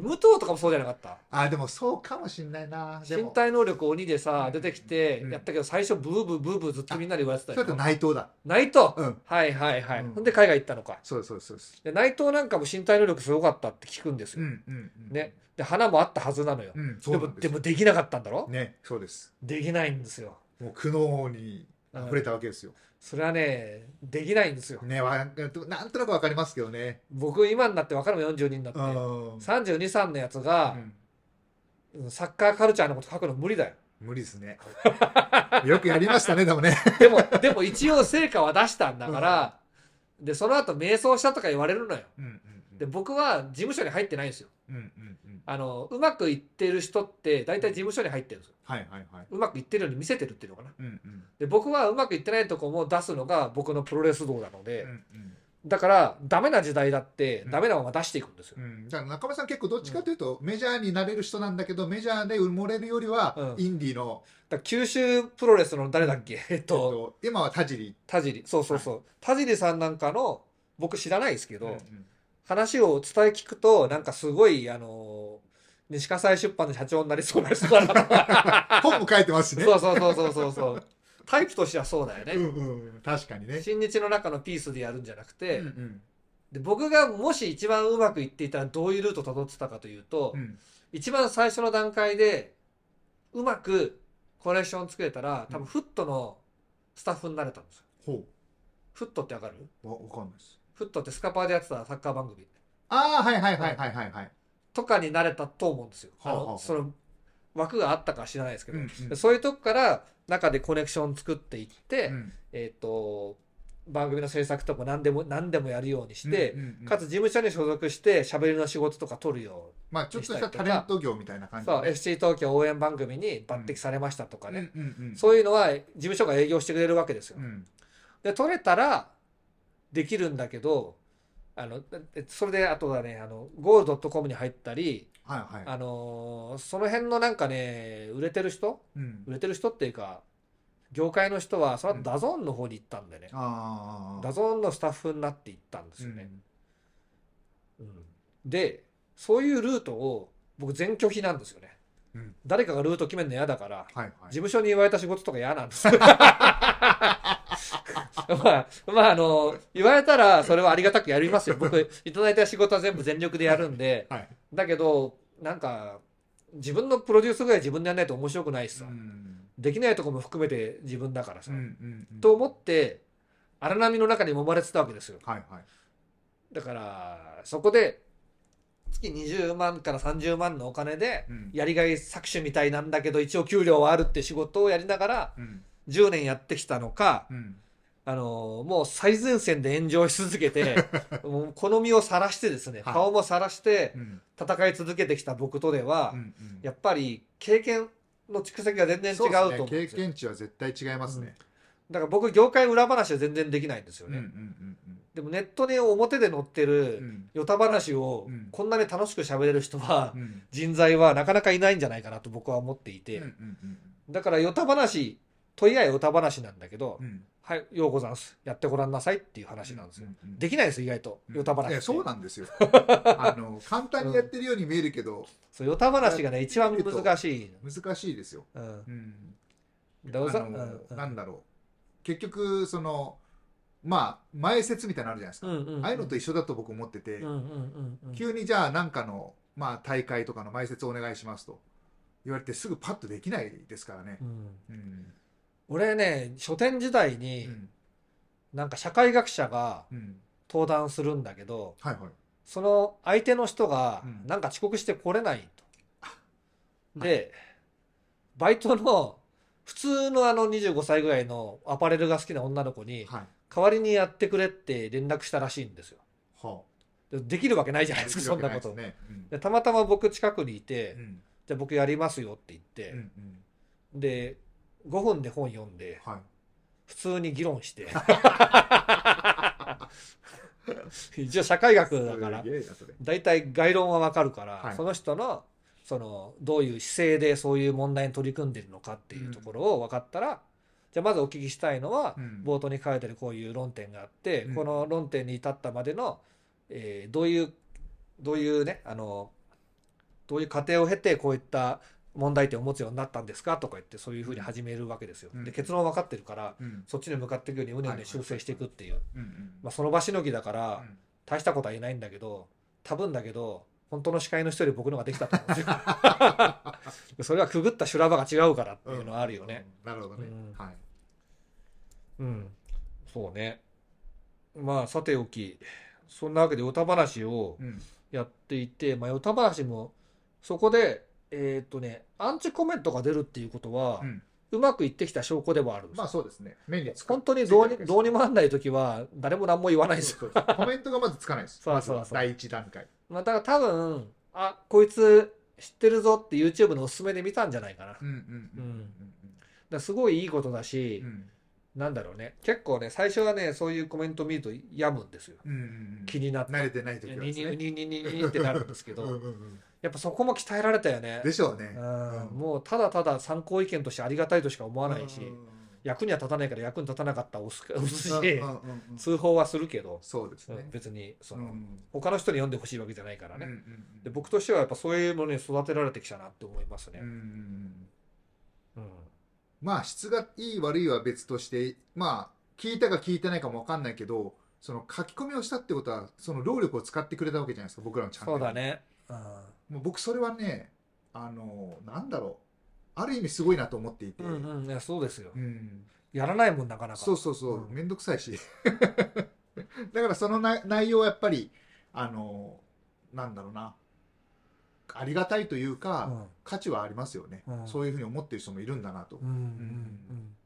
B: 武藤とかもそうじゃなかった
A: あでもそうかもしんないな。で
B: 身
A: も
B: 体能力鬼でさ出てきて
A: うん
B: やったけど最初ブーブーブーブーずっとみんなで言われてた
A: それと内藤だ。
B: 内藤、
A: うん、
B: はいはいはい、
A: うん
B: ほんで海外行ったのか
A: そうですそうですそうです。
B: で内藤なんかも身体能力すごかったって聞くんですよ、
A: うんうんうん。
B: ね、で花もあったはずなのよ、
A: うん、そ
B: で
A: うな
B: も
A: ん
B: です
A: よ
B: もできなかったんだろ
A: ね、そうです。
B: できないんですよ、
A: もう苦悩に
B: うん
A: 溢れたわけですよ。
B: それはねできないんですよ
A: ね、わなんとなくわかりますけどね。
B: 僕今になって分かるもん42になって
A: うん、うん
B: 323のやつが、うんサッカーカルチャーのこと書くの無理だよ
A: 無理です *laughs* ね。よくやりましたね、でもね。
B: でもでも一応成果は出したんだから、でその後瞑想したとか言われるのよ
A: うんうんうん
B: で僕は事務所に入ってないんですよ
A: うんうんうん。
B: あのうまくいってる人って大体事務所に入ってるんですよ
A: はいはいはい。
B: うまくいってるように見せてるっていうのかな
A: うんうん
B: で僕はうまくいってないとこも出すのが僕のプロレス道なので、
A: うんうん
B: だからダメな時代だって
A: うん
B: ダメなまま出していくんですよ
A: う、ん、だから中村さん結構どっちかというとメジャーになれる人なんだけどメジャーで埋もれるよりは
B: うん
A: インディーの、
B: だから九州プロレスの誰だっけえっ
A: えっ
B: と
A: と、今は田尻
B: 田尻そうそうそう、田尻さんなんかの僕知らないですけど、
A: うんうん
B: 話を伝え聞くとなんかすごいあのー西葛西出版の社長になりそうな人だなとか
A: 本も書いて *laughs* ますしね
B: そうそうそうそうそうそうタイプとしてはそうだよね、
A: うんうんうん、確かにね、
B: 新日の中のピースでやるんじゃなくて、
A: うんうん
B: で僕がもし一番うまくいっていたらどういうルートたどってたかというと、
A: うん
B: 一番最初の段階でうまくコレクション作れたら多分フットのスタッフになれたんですよ、
A: ほ
B: フットってわかる
A: うわわかんないです
B: フットってスカパーでやってたサッカー番組
A: ああはいはいはいはいはいはい、
B: とかになれたと思うんですよ、
A: はあはあ
B: あのその枠があったかは知らないですけ
A: う
B: ど、
A: んうん
B: でそういうとこから中でコネクション作っていって、
A: うん
B: えっ、と番組の制作とか何でも何でもやるようにして、
A: うんうんうん
B: かつ事務所に所属して喋りの仕事とか取るよ
A: まあちょっとしたタレント業みたいな
B: う、
A: 感じ
B: そう
A: で
B: FC 東京応援番組に抜擢されましたとかね、
A: うんうんうん
B: そういうのは事務所が営業してくれるわけですよ。
A: うん
B: で取れたらできるんだけどあのえそれであとだねあのゴールド .com に入ったり、
A: はいはい
B: あのーその辺のなんかね売れてる人
A: うん
B: 売れてる人っていうか業界の人はその後ダゾーンの方に行ったんでね、
A: ああ
B: ダゾーンのスタッフになって行ったんですよね。
A: うん
B: うんでそういうルートを僕全拒否なんですよね。
A: うん
B: 誰かがルート決めるの嫌だから、
A: はいは
B: 事
A: い
B: 務所に言われた仕事とか嫌なんです。 *laughs* まあ、まあ、あの、言われたら、それはありがたくやりますよ。僕、いただいた仕事は全部全力でやるんで、
A: はい
B: だけど、なんか、自分のプロデュースぐらい自分でやんないと面白くないしさ、
A: うん
B: できないとこも含めて自分だから
A: う
B: さ、
A: んうんうん
B: と思って荒波の中に揉まれてたわけですよ
A: はいはい
B: だからそこで月20万から30万のお金で
A: うん
B: やりがい搾取みたいなんだけど一応給料はあるって仕事をやりながら
A: うん
B: 10年やってきたのか、
A: うん
B: あのもう最前線で炎上し続け
A: *laughs*
B: てもうこの身を晒してですね
A: はい
B: 顔も晒して
A: うん
B: 戦い続けてきた僕とでは、
A: うんうん
B: やっぱり経験の蓄積が全然違うと
A: そうです
B: 思う
A: ね
B: ん
A: 経
B: ですよ
A: 験値は絶対違いますね
B: だから僕業界裏話は全然できないんですよ
A: うんう
B: ね、
A: んうん
B: でもネットに表で載って
A: うんう
B: る
A: ん
B: ヨタ話を
A: うん
B: こんなに楽しく喋れる人は
A: うんうん
B: 人材はなかなかいないんじゃないかなと僕は思っていて、
A: うんうん
B: だからヨタ話といやヨタ話なんだけど、
A: うん
B: はいようござんすやってごらんなさいっていう話なんですよ、
A: うんうん
B: できないです意外とヨタ話っ
A: い
B: て
A: やそうなんですよあの簡単にやってるように見えるけど
B: そうヨタ話がね一番難しい、
A: 難しいですよ、
B: うん、
A: うん、
B: どうぞ
A: あの
B: うんうん
A: なんだろう結局そのまあ前説みたいなのあるじゃないですか、
B: うんうんうん
A: ああいうのと一緒だと僕思ってて、
B: うんうんうんうん
A: 急にじゃあなんかの、まあ、大会とかの前説お願いしますと言われてすぐパッとできないですからね
B: う、ん
A: うん
B: 俺ね書店時代
A: う
B: に
A: ん
B: なんか社会学者が
A: うん、
B: 登壇するんだけど
A: はいはい
B: その相手の人が
A: うん
B: なんか遅刻してこれないと。でバイトの普通のあの25歳ぐらいのアパレルが好きな女の子に
A: はい
B: 代わりにやってくれって連絡したらしいんですよ。
A: は
B: でできるわけないじゃ
A: あ
B: ないですかそんなこと。
A: ね
B: でたまたま僕近くにいて、
A: うんうん
B: じゃあ僕やりますよって言っ
A: うんう
B: て、
A: ん
B: で5分で本読んで
A: はい
B: 普通に議論して
A: *laughs*
B: 一応社会学だから
A: すげえなそれ
B: 大体概論はわかるから、
A: はい
B: その人のそのどういう姿勢でそういう問題に取り組んでるのかっていうところを分かったら、じゃあまずお聞きしたいのは、
A: うん
B: 冒頭に書いてあるこういう論点があって、
A: うん
B: この論点に至ったまでの、えーどういうどういうねあのどういう過程を経てこういった問題点を持つようになったんですかとか言ってそういうふうに始めるわけですよ。
A: うん
B: で結論分かってるから
A: うん
B: そっちに向かっていくようにうねうね修正していくっていう、
A: うんうん
B: まあ、その場しのぎだから、
A: うん
B: 大したことは言えないんだけど多分だけど本当の司会の人より僕のができたと思うんです
A: *laughs*
B: よ *laughs* それはくぐった修羅場が違うからっていうのはあるよね
A: うん。なるほどね。
B: うん
A: はい。
B: うん、そうねまあさておきそんなわけでヨタ話を
A: うん。
B: やっていて、まあヨタ話もそこでえーっとねアンチコメントが出るっていうことは、
A: うん
B: うまくいってきた証拠でもあるんです
A: まあそうですね。目につく
B: 本当にどう
A: ついてるわけで
B: に
A: す
B: どうにもなんない時は誰も何も言わないですよ
A: そうそうそうコメントがまずつかないです。
B: そうそうそう
A: まず第一段階。
B: まあ、だから多分、あ、こいつ知ってるぞって YouTube のおすすめで見たんじゃないかな。だか
A: うんうん
B: うん
A: うん
B: らすごいいいことだ
A: う
B: し、
A: ん
B: なんだろうね。結構ね、最初はね、そういうコメント見ると病むんですよ。
A: うんうんうん。
B: 気になって。
A: 慣れてない時は
B: に
A: です
B: に
A: ね。
B: ににににってなるんですけ
A: うん
B: ど、
A: うんうん
B: やっぱそこも鍛えられたよね。
A: でしょうね
B: う。
A: うん
B: ん、もうただただ参考意見としてありがたいとしか思わないし、役には立たないから役に立たなかったら押す押す
A: うん
B: し
A: う、んうんうん
B: 通報はするけど、
A: そうですね。
B: 別にそ
A: うんう
B: の、
A: ん
B: 他の人に読んでほしいわけじゃないから
A: うんう
B: ね。
A: ん
B: で僕としてはやっぱそういうのに育てられてきたなって思います
A: う
B: ね
A: んうんう。ん
B: うん
A: まあ質がいい悪いは別として、まあ聞いたか聞いてないかもわかんないけど、その書き込みをしたってことは、その労力を使ってくれたわけじゃないですか、僕らのチャンネル
B: そう
A: に
B: だね。うん
A: もう僕それはねあのなんだろうある意味すごいなと思っていて、
B: うんうん、いやそうですよ
A: う。ん
B: やらないもんなかなか。
A: そうそうそう、
B: うん
A: めんどくさいし *laughs* だからそのな内容はやっぱりあのなんだろうなありがたいというか、
B: うん
A: 価値はありますよね、
B: うん
A: そういうふうに思ってる人もいるんだなと、
B: うんうんうん、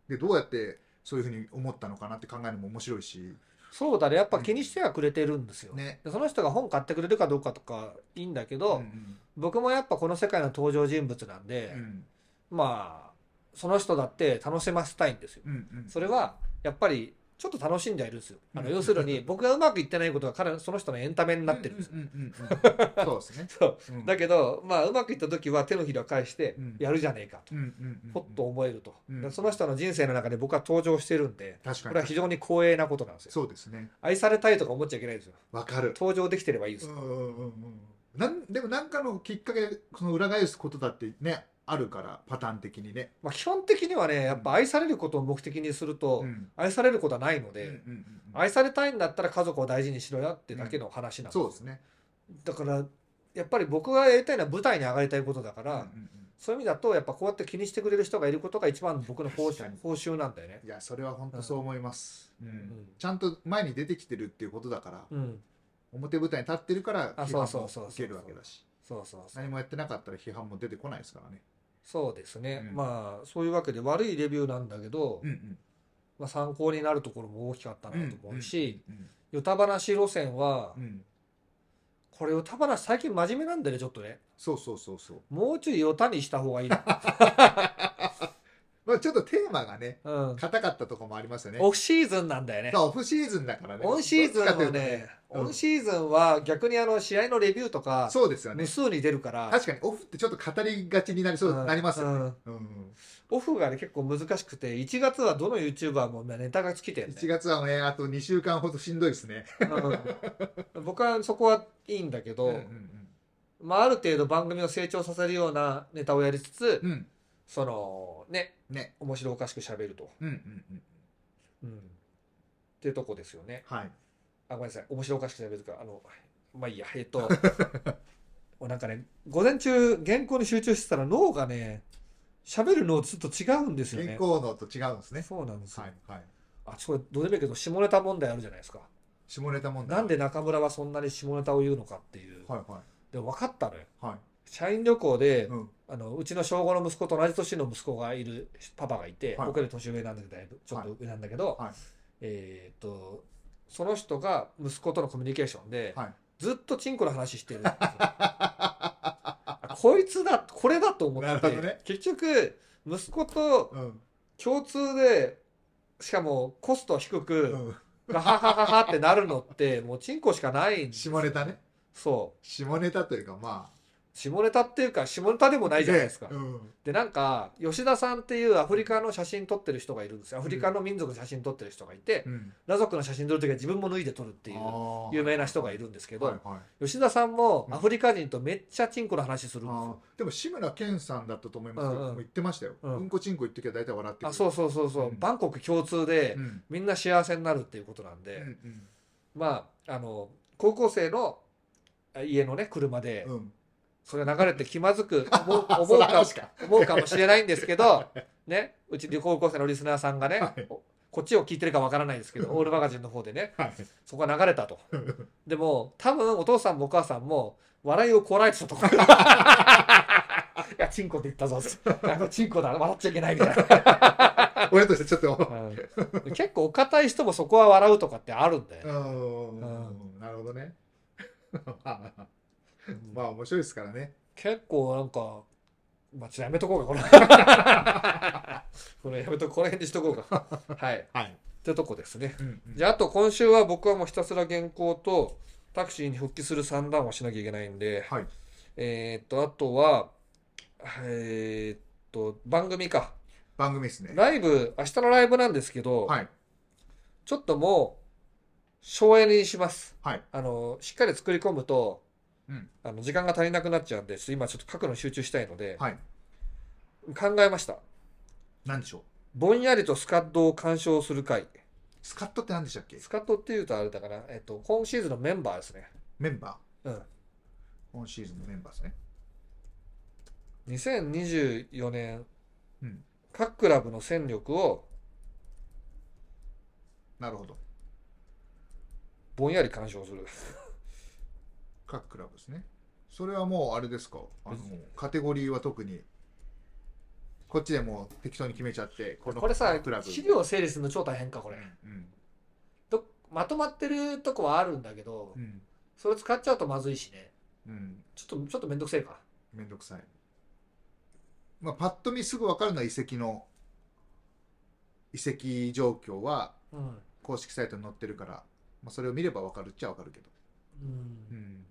A: でどうやってそういうふうに思ったのかなって考えるのも面白いし、
B: そうだねやっぱ気にしてはくれてるんですよ、
A: ね
B: でその人が本買ってくれるかどうかとかいいんだけど、
A: うん
B: 僕もやっぱこの世界の登場人物な
A: う
B: んで、
A: ん
B: まあその人だって楽しませたいんですよ
A: うんうん
B: それはやっぱりちょっと楽しんではいるんですよあの
A: うん
B: 要するに僕がうまくいってないことが彼のその人のエンタメになってるんですよ、
A: うんうんうんうんそうですね、
B: そう
A: うん
B: だけどまあうまくいった時は手のひらを返して
A: うん
B: やるじゃねえか
A: う
B: と、
A: んうんうん
B: ほっと思えると、
A: うん
B: でその人の人生の中で僕は登場してるんで
A: 確
B: こ
A: か
B: れは
A: に
B: 非常に光栄なことなんですよ
A: そうですね
B: 愛されたいとか思っちゃいけないですよ
A: わかる
B: 登場できてればいいです、
A: うんうんうんうんなんでも何かのきっかけでその裏返すことだってねあるからパターン的にね、
B: まあ、基本的にはねやっぱ愛されることを目的にすると、
A: うん
B: 愛されることはないの
A: うん
B: で、
A: うんうんうん
B: 愛されたいんだったら家族を大事にしろよってだけの話なんです、
A: そうですね
B: だからやっぱり僕がやりたいのは舞台に上がりたいことだから、
A: うんうんうん
B: そういう意味だとやっぱこうやって気にしてくれる人がいることが一番僕の報
A: 確かに
B: 酬報酬なんだよね。
A: いやそれは本当そう思います、うん
B: ん
A: ちゃんと前に出てきてるっていうことだから、
B: うん、
A: 表舞台に立ってるから
B: あ
A: 批判
B: そう
A: も
B: そうそうそう
A: 受けるわけだし
B: そうそうそう
A: 何もやってなかったら批判も出てこないですからね
B: そうですね、
A: うん
B: まあそういうわけで悪いレビューなんだけど、
A: うん
B: まあ、参考になるところも大きかったなと思うし、
A: うん
B: ヨタ話路線は、
A: うんうん
B: これヨタ話最近真面目なんだよねちょっとね
A: そうそうそうそう、
B: もうちょいヨタにした方がい
A: *laughs*
B: いな、
A: まあ、ちょっとテーマがね
B: うん、
A: 硬かったとこもありますよね
B: オフシーズンなんだよね
A: そうオフシーズンだからね
B: オンシーズン
A: どっちか
B: は
A: という
B: ね、
A: うん
B: オンシーズンは逆にあの試合のレビューと
A: と
B: か
A: そうですよね
B: 無数に出るから、
A: 確かにオフってちょっと語りがちになりそう、
B: ん
A: なりますよね、
B: うん
A: うん
B: オフがね結構難しくて1月はどの YouTuber もネタが尽きてるね
A: 1月はねあと2週間ほどしんどいですね、
B: うん僕はそこはいいんだけど、
A: うんうん
B: まあ、ある程度番組を成長させるようなネタをやりつつ、
A: うん、うん
B: そのね
A: ね
B: 面白おかしくしゃべると、
A: うんうんうん
B: うん、っていうとこですよね
A: はい
B: あごめんなさい面白おかしくしゃべるとかあのまあいいやえっ
A: *laughs*
B: ともうなんかね午前中原稿に集中してたら脳がね喋る脳ずっと違うんですよ
A: 健
B: ね
A: 康能と違うんですね
B: そうなんですよ、
A: はいはい
B: あそれどうでもいいけど下ネタ問題あるじゃないですか
A: 下ネタ問題
B: なんで中村はそんなに下ネタを言うのかっていう、
A: はいは
B: でも分かったのよ
A: いは
B: 社員旅行で、
A: い、うん、
B: あのうちの小5の息子と同じ年の息子がいるパパがいて、
A: はい
B: 僕より年上なんだけどだいぶちょっと上なんだけど、
A: はい
B: えーっとその人が息子とのコミュニケーションで、
A: はい
B: ずっとチンコの話してるんですよ
A: *laughs*
B: あこいつだこれだと思
A: な
B: っ
A: る
B: て、
A: ほどね
B: 結局息子と
A: うん
B: 共通でしかもコスト低
A: う
B: く、
A: ん、
B: ガハハハハってなるのってもうチンコしかないんで
A: *laughs*
B: す
A: 下ネタね
B: そう
A: 下ネタというかまあ
B: 下ネタっていうか下ネタでもないじゃないですか、
A: うん
B: でなんか吉田さんっていうアフリカの写真撮ってる人がいるんですよアフリカの民族の写真撮ってる人がいて、
A: うん、
B: 裸族の写真撮る時は自分も脱いで撮るっていう
A: あー
B: 有名な人がいるんですけど、
A: はいはい
B: 吉田さんもアフリカ人とめっちゃチンコの話するんです
A: あ
B: よ、
A: ーでも志村けんさんだったと思いますけど、
B: うんうん
A: もう言ってましたよ、う
B: うん
A: ん、こちんこ言っときゃ大体笑ってくる
B: あそうそうそうそう、
A: うん
B: バンコク共通で
A: うん
B: みんな幸せになるっていうことなん
A: う
B: で、
A: ん
B: まああの高校生のあ家のね車で、
A: うんうん
B: それ流れて気ま
A: *laughs*
B: ずく思う
A: あ
B: 思
A: そうの
B: か
A: 話か
B: 思うかもしれないんです
A: *laughs*
B: けど、ね、うち高校生のリスナーさんがね、
A: はい
B: おこっちを聞いてるかわからないですけ
A: *laughs*
B: ど、オールマガジンの方でね、
A: はい
B: そこが流れ
A: *laughs*
B: たと。でも、多分お父さんもお母さんも、笑いをこらえて
A: *laughs*
B: たと思う。いや、チンコって言ったぞ。
A: *laughs*
B: あのチンコだ、笑っちゃいけないみたいな。
A: 俺としてちょっと
B: うん結構お堅い人もそこは笑うとかってあるんだよ
A: う
B: ね。
A: ん
B: う
A: なるほどね *laughs* まあまあ面白いですからね
B: 結構なんか、まあ、ちょっとやめとこうか、
A: *laughs*
B: これ。これやめとこ、この辺にしとこ
A: *laughs*
B: うか。はい。っ
A: はい、
B: てとこですね。
A: うんうん
B: じゃあ、あと今週は僕はもうひたすら原稿とタクシーに復帰する算段をしなきゃいけないんで、
A: はい
B: えーっと、あとは、えーっと、番組か。
A: 番組ですね
B: ライブ、明日のライブなんですけど、
A: はい
B: ちょっともう、省エネにします。
A: はい
B: あの、しっかり作り込むと、
A: うん
B: あの時間が足りなくなっちゃうんで、ちょっと今ちょっと書くの集中したいので、
A: はい
B: 考えました。
A: 何でしょう
B: ぼんやりとスカッドを鑑賞する会。
A: スカットって何でしたっけ
B: スカッドっていうとあれだから、えっと、今シーズンのメンバーですね。
A: メンバ
B: うん。
A: ー今シーズンのメンバーですね
B: 2024年、
A: うん
B: 各クラブの戦力を
A: なるほど
B: ぼんやり鑑賞する。
A: 各クラブですねそれはもうあれですかあの
B: 別に
A: カテゴリーは特にこっちでもう適当に決めちゃってこの
B: これさ
A: クラ、ブ
B: 資料整理するの超大変か、これ。
A: うん
B: どまとまってるとこはあるんだけど
A: う、ん
B: それ使っちゃうとまずいしね。
A: うん
B: ちょっと、ちょっとめんどくせえか。
A: めんどくさいまあパッと見すぐ分かるのは遺跡の遺跡状況は
B: うん。うん
A: 公式サイトに載ってるから、まあ、それを見れば分かるっちゃ分かるけど、うん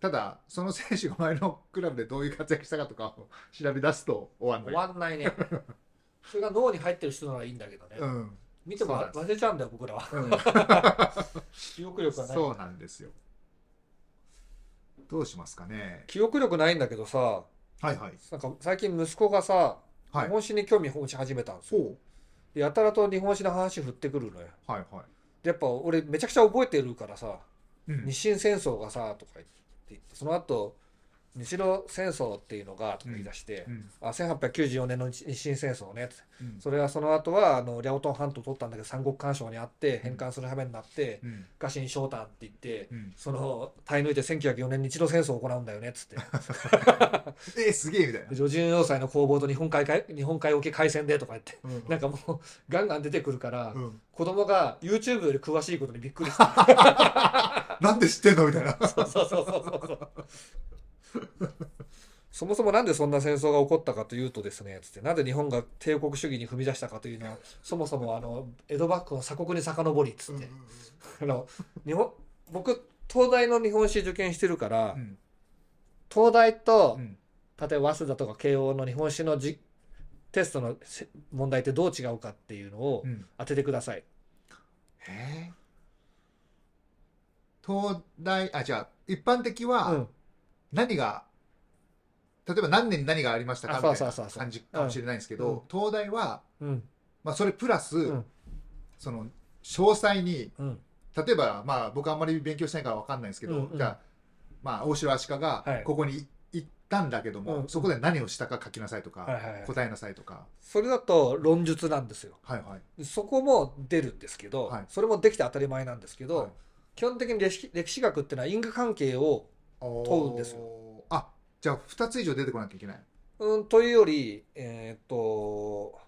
A: ただその選手が前のクラブでどういう活躍したかとかを調べ出すと終わんない
B: 終わ
A: *laughs*
B: んないね。それが脳に入ってる人ならいいんだけどね。
A: うん
B: 見ても
A: そうなんです
B: 忘れちゃうんだよ、僕らは。
A: うん
B: 記憶力がない。
A: そうなんですよ。どうしますかね。
B: 記憶力ないんだけどさ、
A: はいはい。
B: なんか最近息子がさ、
A: は
B: 日
A: い。
B: 本史に興味持ち始めたんですよ。
A: ほ
B: でやたらと日本史の話振ってくるのよ。
A: う。はいは
B: でやっぱ俺めちゃくちゃ覚えてるからさ、
A: い。うん
B: 日清戦争がさとか言って言ってその後日露戦争っていうのがとか言い出して、
A: うん
B: あ1894年の日日清戦争ねって
A: うん
B: それはその後はあのリャオトン半島取ったんだけど三国干渉にあって返還する羽目になって
A: うん
B: 家臣昇太って言って
A: うん
B: その耐え抜いて1904年日露戦争を行うんだよねっ
A: *laughs*
B: つって
A: えーすげえみたいな
B: で女人要塞の攻防と日本海海日本海沖海戦でとか言って
A: うん
B: なんかもうガンガン出てくるから、
A: うん
B: 子供が YouTube より詳しいことにびっくりした
A: なんで知ってんのみたいな
B: *laughs* そうそうそうそうそうそもそもなんでそんな戦争が起こったかというとですねつってなぜ日本が帝国主義に踏み出したかというのはそもそもあの江戸幕府の鎖国に遡りっつって、あの日本僕東大の日本史受験してるから、
A: うん
B: 東大と、
A: うん
B: 例えば早稲田とか慶応の日本史のじテストのせ問題ってどう違うかっていうのを
A: うん
B: 当ててください、
A: えー東大あじゃあ一般的
B: う
A: は
B: ん
A: 何が、例えば何年に何がありましたか
B: あ
A: みたい
B: そうそうそう
A: な
B: そう
A: 感じかもしれないんですけど、
B: うん
A: 東大は、
B: うん
A: まあ、それプラス、
B: うん
A: その詳細に
B: うん
A: 例えば、まあ、僕あんまり勉強しないからわかんないんですけど、
B: うんうん
A: じゃあ、まあ、大城足利が
B: はい
A: ここに行ったんだけども、
B: うんうん
A: そこで何をしたか書きなさいとか、
B: はいはいはい
A: 答えなさいとか
B: それだと論述なんですよ
A: はいはい
B: そこも出るんですけど、
A: はい
B: それもできて当たり前なんですけど、
A: はい
B: 基本的に歴史歴史学っていうのは因果関係を問うんですよ
A: あじゃあ2つ以上出てこなきゃいけない
B: うんというよりえーっと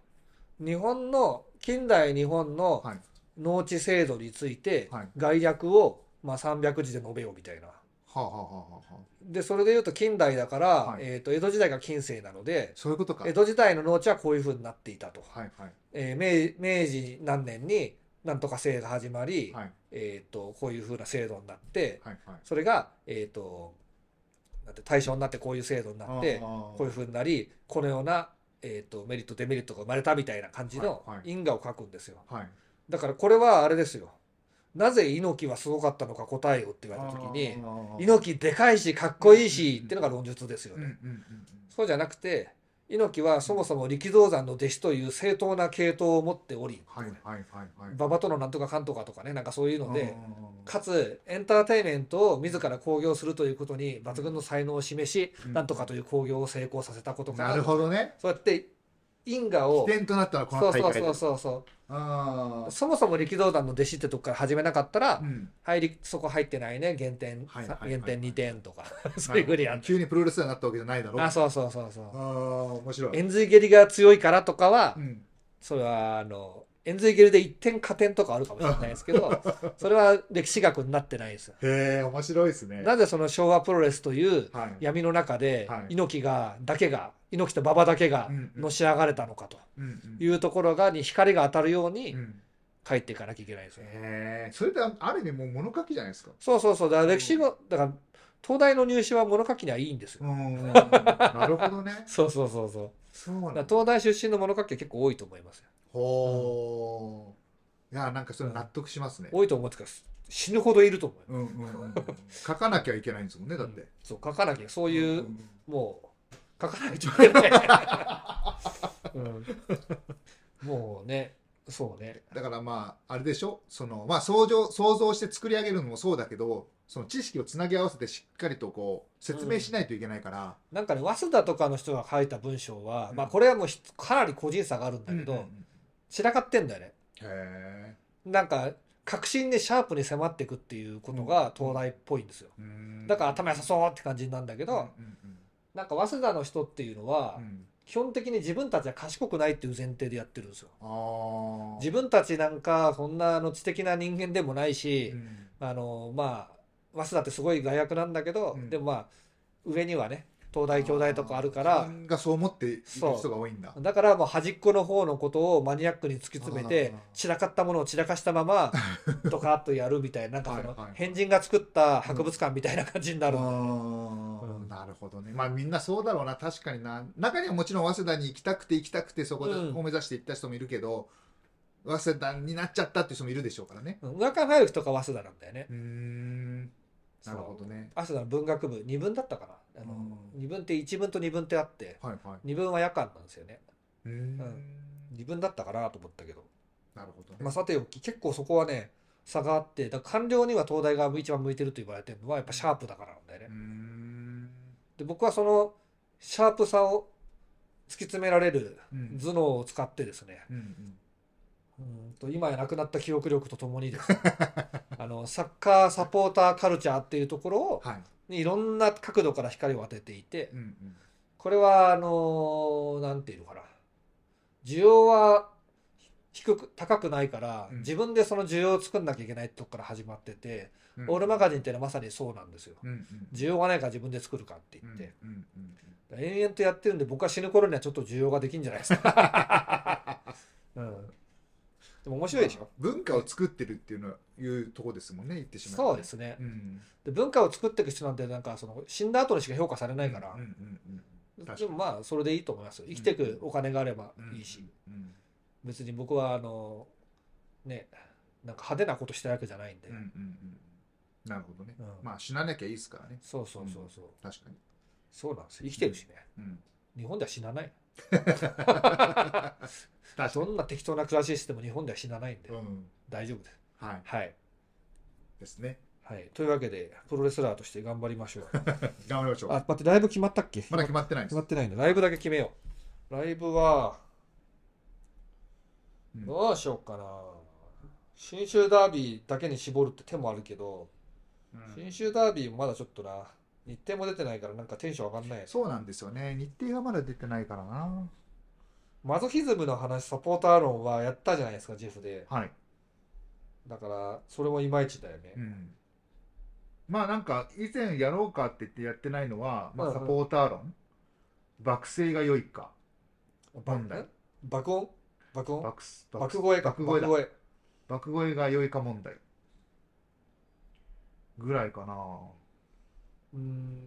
B: 日本の近代日本の
A: はい
B: 農地制度について
A: はい
B: 概略を、まあ、300字で述べようみたいな。
A: はあ、はあはあはあはあ、
B: でそれでいうと近代だから、
A: はい
B: えー、と江戸時代が近世なので
A: そういうことか
B: 江戸時代の農地はこういうふうになっていたと、
A: はいはい
B: えー明明治何年になんとか制が始まり、
A: はい
B: えー、とこういうふうな制度になって
A: はいはい
B: それが、えー、となんて対象になってこういう制度になって
A: ああ
B: こういうふうになりこのような、えー、とメリットデメリットが生まれたみたいな感じの
A: はいはい
B: 因果を書くんですよ
A: はい
B: だからこれはあれですよなぜ猪木はすごかったのか答えをって言われた時に。
A: の
B: 猪木でかいしかっこいいしっていうのが論述ですよ
A: うんう
B: ね。
A: んうんうん
B: そうじゃなくて猪木はそもそも力道山の弟子という正当な系統を持っており
A: はいはいはいはい
B: 馬場とのなんとかかんとかとかねなんかそういうので
A: うんうんうん
B: かつエンターテインメントを自ら興行するということに抜群の才能を示し
A: うん
B: なんとかという興行を成功させたことから
A: なるほどね
B: そうやって因果を
A: 起点となったのはこ
B: そ
A: の
B: う
A: 大
B: そう
A: 会
B: そう
A: う
B: そうそ
A: あ
B: う
A: あ
B: そもそも力道山の弟子ってとこから始めなかったら
A: うん
B: 入りそこ入ってないね減点
A: はいはいはい
B: 減点2点とかそういうふうにやって
A: 急にプロレスラーになったわけじゃないだろ
B: あそうそうそうそ
A: あ
B: う
A: ー面白い、
B: 円髄蹴りが強いからとかは、
A: うん、
B: それはあの円髄蹴りで1点加点とかあるかもしれないですけどそれは歴史学になってないですよ
A: へえ面白いですね
B: なぜその昭和プロレスという
A: はい
B: 闇の中で、
A: はい
B: 猪木がだけが猪木と馬場だけが
A: うんうん
B: のし上がれたのかと
A: うんうん
B: いうところがに光が当たるよう
A: う
B: に
A: ん
B: 書いていかなきゃいけないですよね、
A: へえそれってある意味もう物書きじゃないですか
B: そうそうそうだから歴史のだから東大の入試は物書きにはいいんですよ、
A: うーんなるほどね
B: そうそうそうそう
A: そうなん
B: だ
A: だ
B: から東大出身の物書きは結構多いと思いますよ
A: ほういやなんかそれ納得しますね
B: 多いと思うんですけど死ぬほどいると思うよ
A: うんうんうんうん書かなきゃいけないんですもんねだって
B: そう書かなきゃそういう、
A: んん
B: もう書かないといけない、 *laughs* うんもうねそうね
A: だからまああれでしょそのまあ想像想像して作り上げるのもそうだけどその知識をつなぎ合わせてしっかりとこう説明しないといけないから、
B: なんかね早稲田とかの人が書いた文章は、
A: うん
B: まあこれはもうひかなり個人差があるんだけど、
A: うんうんうん
B: 散らかってんだよね
A: へえ
B: なんか確信にシャープに迫っていくっていうことが東大っぽいんですよ、
A: うーん
B: だから頭良さそうって感じなんだけど、
A: うんうん
B: なんか早稲田の人っていうのは、
A: うんうん
B: 基本的に自分たちは賢くないっていう前提でやってるんですよ
A: ああ
B: 自分たちなんかそんなあの知的な人間でもないし、
A: うん
B: あのまあ早稲田ってすごい大学なんだけど、
A: うん
B: でもまあ上にはね東大京大とかあるから
A: 自分がそう思っている人が多いんだ
B: だからもう端っこの方のことをマニアックに突き詰めて
A: あー
B: 散らかったものを散らかした
A: *laughs*
B: ままドカッとやるみたいななんかそ
A: はいはい
B: の
A: はい
B: 変人が作った博物館みたいな感じになる、
A: あー
B: うん
A: なるほどねまあみんなそうだろうな確かにな中にはもちろん早稲田に行きたくて行きたくてそこで
B: うん
A: を目指して行った人もいるけど、早稲田になっちゃったっていう人もいるでしょうからね
B: うん、村上春樹とか早稲田なんだよね
A: うーんなるほどね
B: そう早稲田の文学部二分だったかなあの、
A: うん
B: 二分って一分と二分ってあって
A: はいはい
B: 二分は夜間なんですよね
A: うーん
B: 二分だったかなと思ったけど
A: なるほどね、
B: まあ、さておき結構そこはね差があってだから官僚には東大が一番向いてると言われてるのはやっぱシャープだからなんだよね
A: うー、ん
B: で僕はそのシャープさを突き詰められる
A: うん
B: 頭脳を使ってですね、
A: うんうん
B: うんと今やなくなった記憶力とともに
A: *laughs*
B: ですねあのサッカーサポーターカルチャーっていうところを
A: はい
B: にいろんな角度から光を当てていて
A: うんうん
B: これはあのなんていうのかな需要は低く高くないから
A: うん
B: 自分でその需要を作んなきゃいけないってとこから始まってて、
A: うん
B: オールマガジンっていうのはまさにそうなんですよ。
A: うんうん
B: 需要がないから自分で作るかって言って、
A: うんうんうんうん
B: 延々とやってるんで僕は死ぬ頃にはちょっと需要ができんじゃないですか。うん、でも面白いでしょ、
A: まあ文化を作ってるっていうのいうとこですもんね言ってしまえば
B: そうですね、
A: うん
B: で文化を作っていく人なんてなんかその死んだ後にしか評価されないから
A: うんう、んうんうん確か
B: で
A: に
B: もまあそれでいいと思いますよ生きていくお金があればいいし、
A: うん
B: 別に僕はあのねなんか派手なことしたいわけじゃないんで、
A: うんうんうんなるほどね
B: うん
A: まあ死ななきゃいいですからね
B: そうそうそうそう、
A: 確かに
B: そうなんですよ生きてるしね
A: うん
B: 日本では死なない
A: 確か
B: ど
A: に
B: んな適当な暮らししても日本では死なないんで、
A: うん
B: 大丈夫です
A: はい
B: はい
A: ですね
B: はい、というわけでプロレスラーとして頑張りま
A: *laughs*
B: しょう
A: 頑張りましょう
B: あ待ってライブ決まったっけ
A: まだ決まってないで
B: 決
A: す
B: まってないんだライブだけ決めようライブは
A: うん
B: どうしようかな新州ダービーだけに絞るって手もあるけど
A: うん
B: 新州ダービーもまだちょっとな日程も出てないからなんかテンション上がんない
A: そうなんですよね日程がまだ出てないからな
B: マゾヒズムの話サポーター論はやったじゃないですかジェフで
A: はい
B: だからそれもいまいちだよね、
A: うんまあなんか以前やろうかって言ってやってないのは、ま
B: う
A: あ、
B: んうん
A: サポーター論爆声が良いか
B: ば
A: なんだよ
B: ん爆音爆音
A: 爆す
B: 爆声か
A: 爆声だ
B: 爆声
A: 爆声が良いか問題ぐらいかな
B: うーん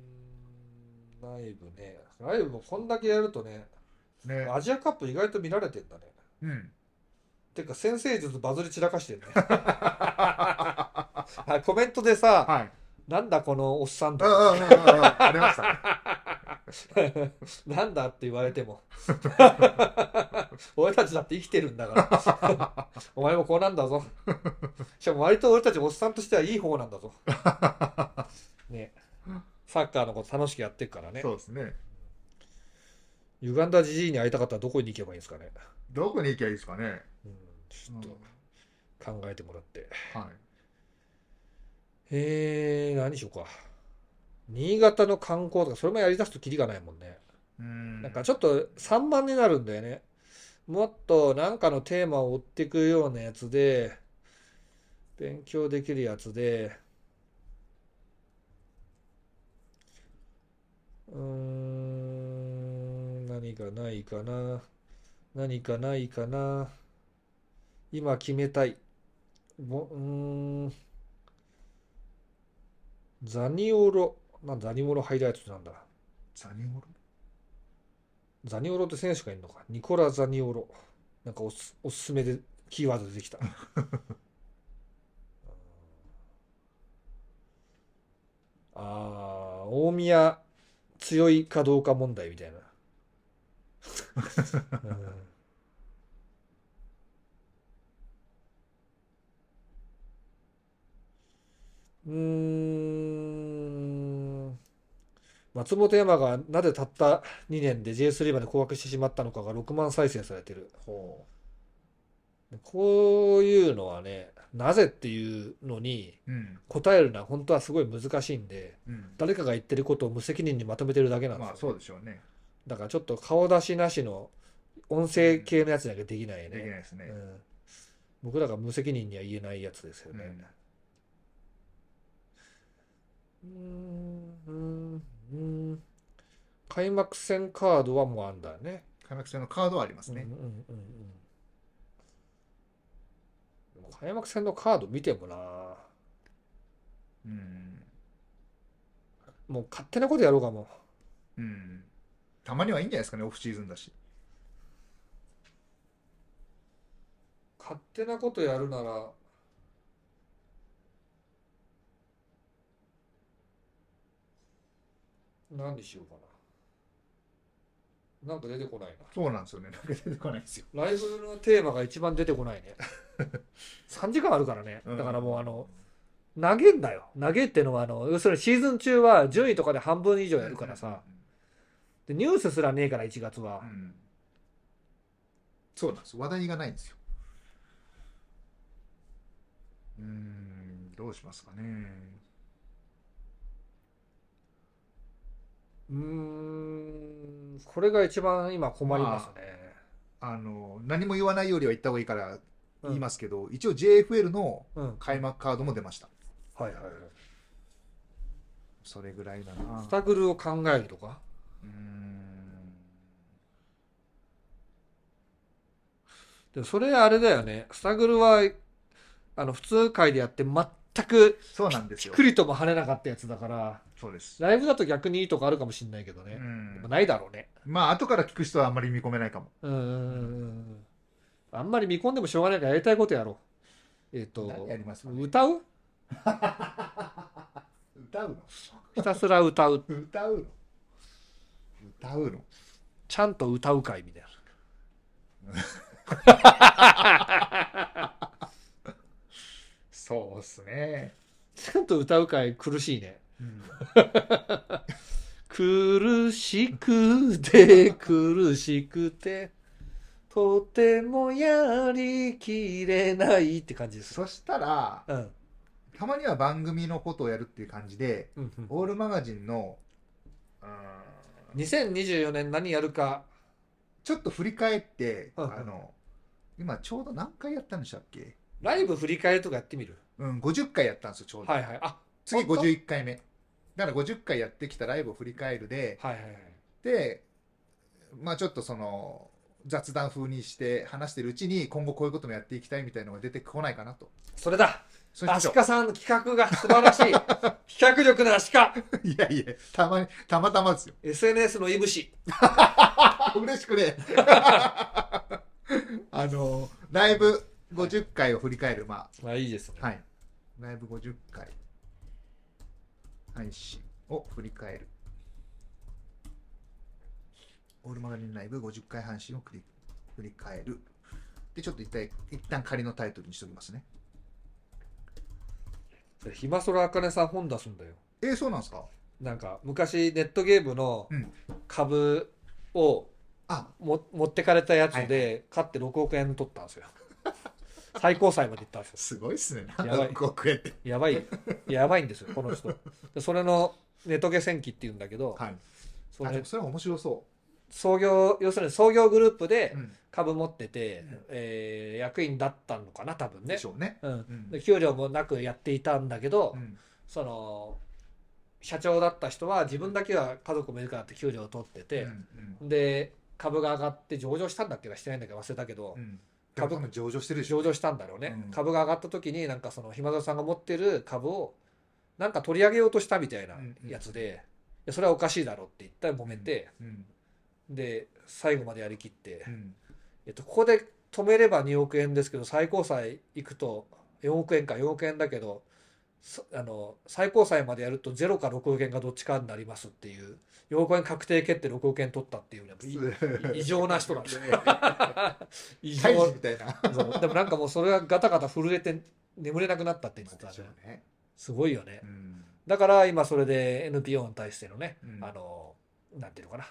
B: ライブねライブもこんだけやるとね
A: ね
B: アジアカップ意外と見られてんだね
A: うん
B: てか先生術バズり散らかしてるねあコメントでさ
A: はい
B: 「なんだこのおっさん」
A: あ
B: と
A: あ
B: か
A: ああああありました
B: 「なんだ?」って言われても俺たちだって生きてるんだからお前もこうなんだぞしかも割と俺たちおっさんとしてはいい方なんだぞねサッカーのこと楽しくやってる *laughs* からね
A: そうですね
B: 歪んだじじいに会いたかったらどこに行けばいいんですかね、
A: どこに行きゃいいですかね
B: うん、ちょっと考えてもらって
A: はい
B: えー、何しようか。新潟の観光とか、それもやりだすとキリがないもんね。
A: うん
B: なんかちょっと散漫になるんだよね。もっとなんかのテーマを追っていくようなやつで、勉強できるやつで、うーん、何がないかな。何かないかな。今決めたい。もうーん。ザニオロ。なんザニオロハイライトってなんだ。
A: ザニオロ
B: ザニオロって選手がいるのか。ニコラ・ザニオロ。なんかおす、おすすめでキーワード出てきた。あー、大宮強いかどうか問題みたいな。うん *laughs* うーん松本山がなぜたった2年で J3 まで降格してしまったのかが6万再生されてる。
A: ほ
B: こういうのはね、なぜっていうのに
A: ううん
B: 答えるのは本当はすごい難しいんで、
A: うん
B: 誰かが言ってることを無責任にまとめてるだけなんです
A: ま
B: よ
A: あ。そうでしょうね
B: だからちょっと顔出しなしの音声系のやつだけできない
A: できない
B: ね。
A: です
B: う
A: ね
B: ん、僕らが無責任には言えないやつですよね。
A: うん
B: うーんうーんうーん開幕戦カードはもうあんだよね。
A: 開幕戦のカードはあります
B: う
A: ね
B: んうんうんうん。でも開幕戦のカード見てもな、
A: うん
B: もう勝手なことやろうかも。
A: うんたまにはいいんじゃないですかねオフシーズンだし
B: 勝手なことやるなら、何にしようかな。なんか出てこないな。
A: そうなんですよねなんか出てこないですよ
B: ライブのテーマが一番出てこないね。3時間あるからね。だからもうあの、投げんだよ投げってのはあの要するにシーズン中は順位とかで半分以上やるからさでニュースすらねえから1月は
A: うん、うんそうなんです話題がないんですようーんどうしますかね
B: うーんこれが一番今困りますね、、
A: あの何も言わないよりは言った方がいいから言いますすけど、一応 JFL の
B: うん、はい
A: 開幕カードも出ました
B: はいはい
A: それぐらいだな
B: スタグルを考えるとか
A: うーん
B: でもそれあれだよねスタグルはあの普通回でやって全く
A: そうなんです
B: ひっ
A: よ
B: くりとも跳ねなかったやつだから
A: そうです
B: ライブだと逆にいいとこあるかもしれないけど
A: う
B: ね、
A: ん
B: まあないだろうね
A: まあ後から聞く人はあんまり見込めないかも
B: うんうんうんうんあんまり見込んでもしょうがないからやりたいことやろうえっ、
A: 何
B: と
A: やりますかね
B: 歌う
A: 歌う
B: ひたすら歌う
A: の歌うの歌うの
B: ちゃんと歌う会みたいな
A: そうっすね、
B: ちゃんと歌う会苦しいね
A: うん、
B: 苦しくて苦しくてとてもやりきれないって感じです
A: そしたら
B: うん
A: たまには番組のことをやるっていう感じで
B: うんうん
A: オールマガジンのうーん
B: 2024年何やるか
A: ちょっと振り返って
B: はいはい
A: あの今ちょうど何回やったんでしたっけ
B: ライブ振り返りとかやってみる
A: うん50回やったんですよちょうど、
B: はいはいあ
A: 次
B: 本当
A: 51回目だから50回やってきたライブを振り返るで
B: はいはいはい
A: でまあちょっとその雑談風にして話してるうちに今後こういうこともやっていきたいみたいのが出てこないかなと
B: それだ
A: そうし
B: ア
A: ましょ
B: シ
A: う
B: カさんの企画が素晴らし *laughs* い企画力のアシカ
A: いやいやたまにたまたまですよ
B: SNS のいぶし
A: あ嬉しくね *laughs* あのライブ50回を振り返るま
B: まあいいですね
A: あはいライブ50回配信を振り返るオールマガジンライブ50回配信を繰り振り返るでちょっと一旦一旦仮のタイトルにしておきますね
B: 暇そらあかねさん本出すんだよ
A: えー、そうなんですか
B: なんか昔ネットゲームの
A: うん
B: 株を
A: あ
B: も持ってかれたやつで勝って6億円取ったんですよ *laughs* 最高裁まで行ったんですよ
A: すごいっすね。
B: やばい
A: 6億円って。
B: やばいやばいんですよこの人でそれのネトゲ戦記っていうんだけど、
A: はい。
B: そ
A: あで
B: れ
A: もそれは面白そ
B: 創業要するに創業グループ
A: う。
B: で
A: うん。
B: 株持ってて、
A: うん
B: えー役員だったのかな多分ね
A: でしょうね。
B: うん、
A: うん
B: で給料もなくやっていたんだけど、
A: うん
B: その社長だった人は自分だけは家族もいるからって給料を取ってて
A: う、ん
B: で株が上がって上場したんだっけなしてないんだっけ忘れたけど、
A: うん。多
B: 株
A: 分上場してるでしょ。
B: 上場したんだろうね、
A: うん
B: 株が上がった時になんかその暇田さんが持ってる株をなんか取り上げようとしたみたいなやつで、いやそれはおかしいだろうって言ったら揉めて、
A: うん。
B: で最後までやりきって、
A: *laughs* うん。
B: えっと、ここで止めれば2億円ですけど最高裁行くと4億円か4億円だけどそあの最高裁までやると0か6億円がどっちかになりますっていう4億円確定決定6億円取ったっていうなんかい異常な人なんですよ異
A: 大
B: 常
A: 事みたいな。
B: そうでもなんかもうそれがガタガタ震えて眠れなくなったって言ってた
A: で
B: ね
A: しょうね。
B: すごいよね
A: うん。
B: だから今それで NPO に対してのね、
A: うん
B: あのなんていうのかな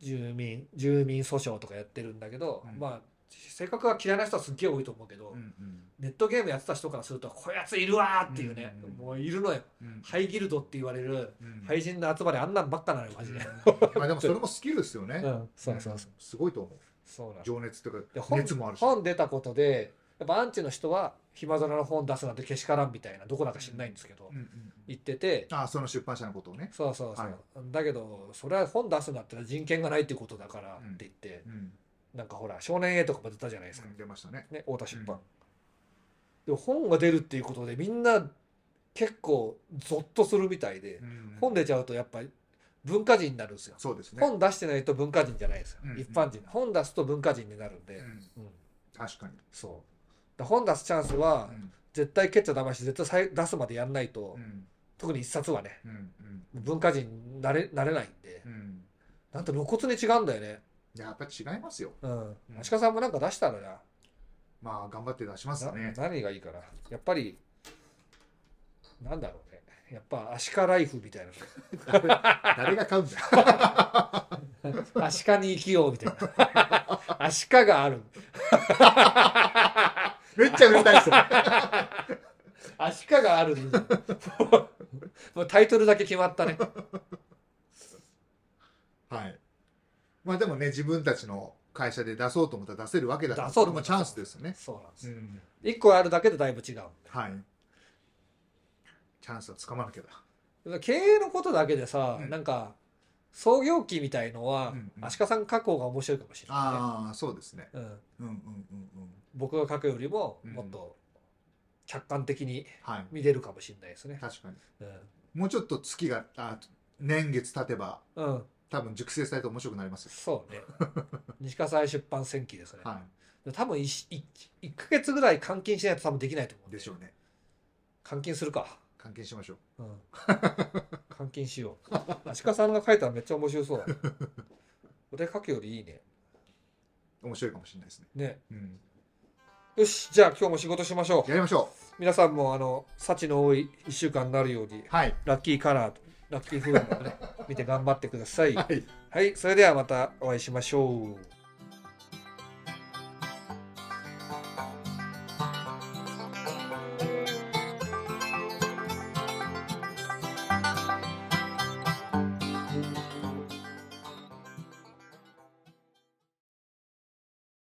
B: 住民住民訴訟とかやってるんだけど、
A: うん
B: まあ性格が嫌いな人はすっげえ多いと思うけど、
A: うん
B: ネットゲームやってた人からするとこやついるわーっていうね、
A: うん
B: もういるのよ
A: うん。
B: ハイギルドって言われる
A: うん。
B: 廃人の集まりあんなんばっかなのよマジで、
A: まあでもそれもスキルですよね。
B: うん、そうそうそう
A: うん。すごいと思う。
B: そうなの
A: 情熱という
B: で
A: か、
B: 本
A: 熱もあるし。
B: 本出たことでやっぱアンチの人は暇空の本出すなんてけしからんみたいなどこだか知んないんですけど、
A: うんうん
B: 言ってて
A: あ、その出版社のことをね。
B: そうそうそう、
A: はい
B: だけどそれは本出すんだったら人権がないってことだから
A: うん
B: って言って、
A: うん。
B: なんかほら少年 A とかも出たじゃないですか、
A: 出ましたね。
B: ね太田出版、
A: うん
B: でも本が出るっていうことでみんな結構ゾッとするみたいで、
A: うん
B: 本出ちゃうとやっぱり文化人になるんですよ、
A: そうですね。
B: 本出してないと文化人じゃないですよ、
A: うん
B: 一般人本出すと文化人になるんで、
A: うん
B: うん
A: 確かに。
B: そうだから本出すチャンスは、
A: うん
B: 絶対蹴っちゃダメだし絶対さい出すまでやんないと、
A: うん
B: 特に一冊はね
A: うんうん
B: 文化人になれなれないんで、
A: うん。
B: なんと露骨に違うんだよね
A: やっぱり違いますよ。
B: うん
A: うん
B: 足利さんもなんか出したらな,
A: まあ頑張って出します
B: な、
A: ね。
B: 何がいいかなやっぱりなんだろうねやっぱアシカライフみたい
A: 誰誰が買うんだよ *laughs*
B: な *laughs* アシカに生きようみたいな *laughs* アシカがある
A: めっちゃ売れたいっすよ
B: アシカがある *laughs* もうタイトルだけ決まったね
A: はいまあでもね自分たちの会社で出そうと思ったら出せるわけだから
B: 出そうと
A: これも
B: 思っ
A: チ
B: たら
A: ャンスですよね、
B: そうなんです
A: う
B: よ
A: ん、
B: 1個あるだけでだいぶ違う
A: はいチャンスはつかまなきゃだ
B: だから経営のことだけでさ、
A: うん
B: なんか創業期みたいのは、
A: うんうん
B: アシカさん書こうが面白いかもしれない、ね
A: ああそうですね
B: うん、
A: うんうんうんうん
B: 僕が書くよりも
A: うん
B: もっと客観的に
A: はい
B: 見れるかもしれないですね、
A: 確かに
B: うん
A: もうちょっと月があ年月経てば
B: うん、
A: 多分熟成されて面白くなりますよ
B: そう
A: *laughs*
B: ね西葛西出版戦記ですね、
A: は
B: 多分 1, 一ヶ月ぐらい監禁しないと多分できないと思う
A: い
B: んで
A: でしょうね
B: 監禁するか
A: 関係しましょう *laughs*
B: うん監禁しようアシカさんが書いたらめっちゃ面白そうだ
A: *laughs*
B: ね俺書くよりいいね
A: 面白いかもしれないですね、
B: ね
A: うん、
B: よしじゃあ今日も仕事しましょう
A: やりましょ
B: 皆さんもあの幸の多い1週間になるように
A: うはい
B: ラッキーカラーと
A: *laughs*
B: ラッキーフードをね見て頑張ってください
A: はい
B: はいそれではまたお会いしましょう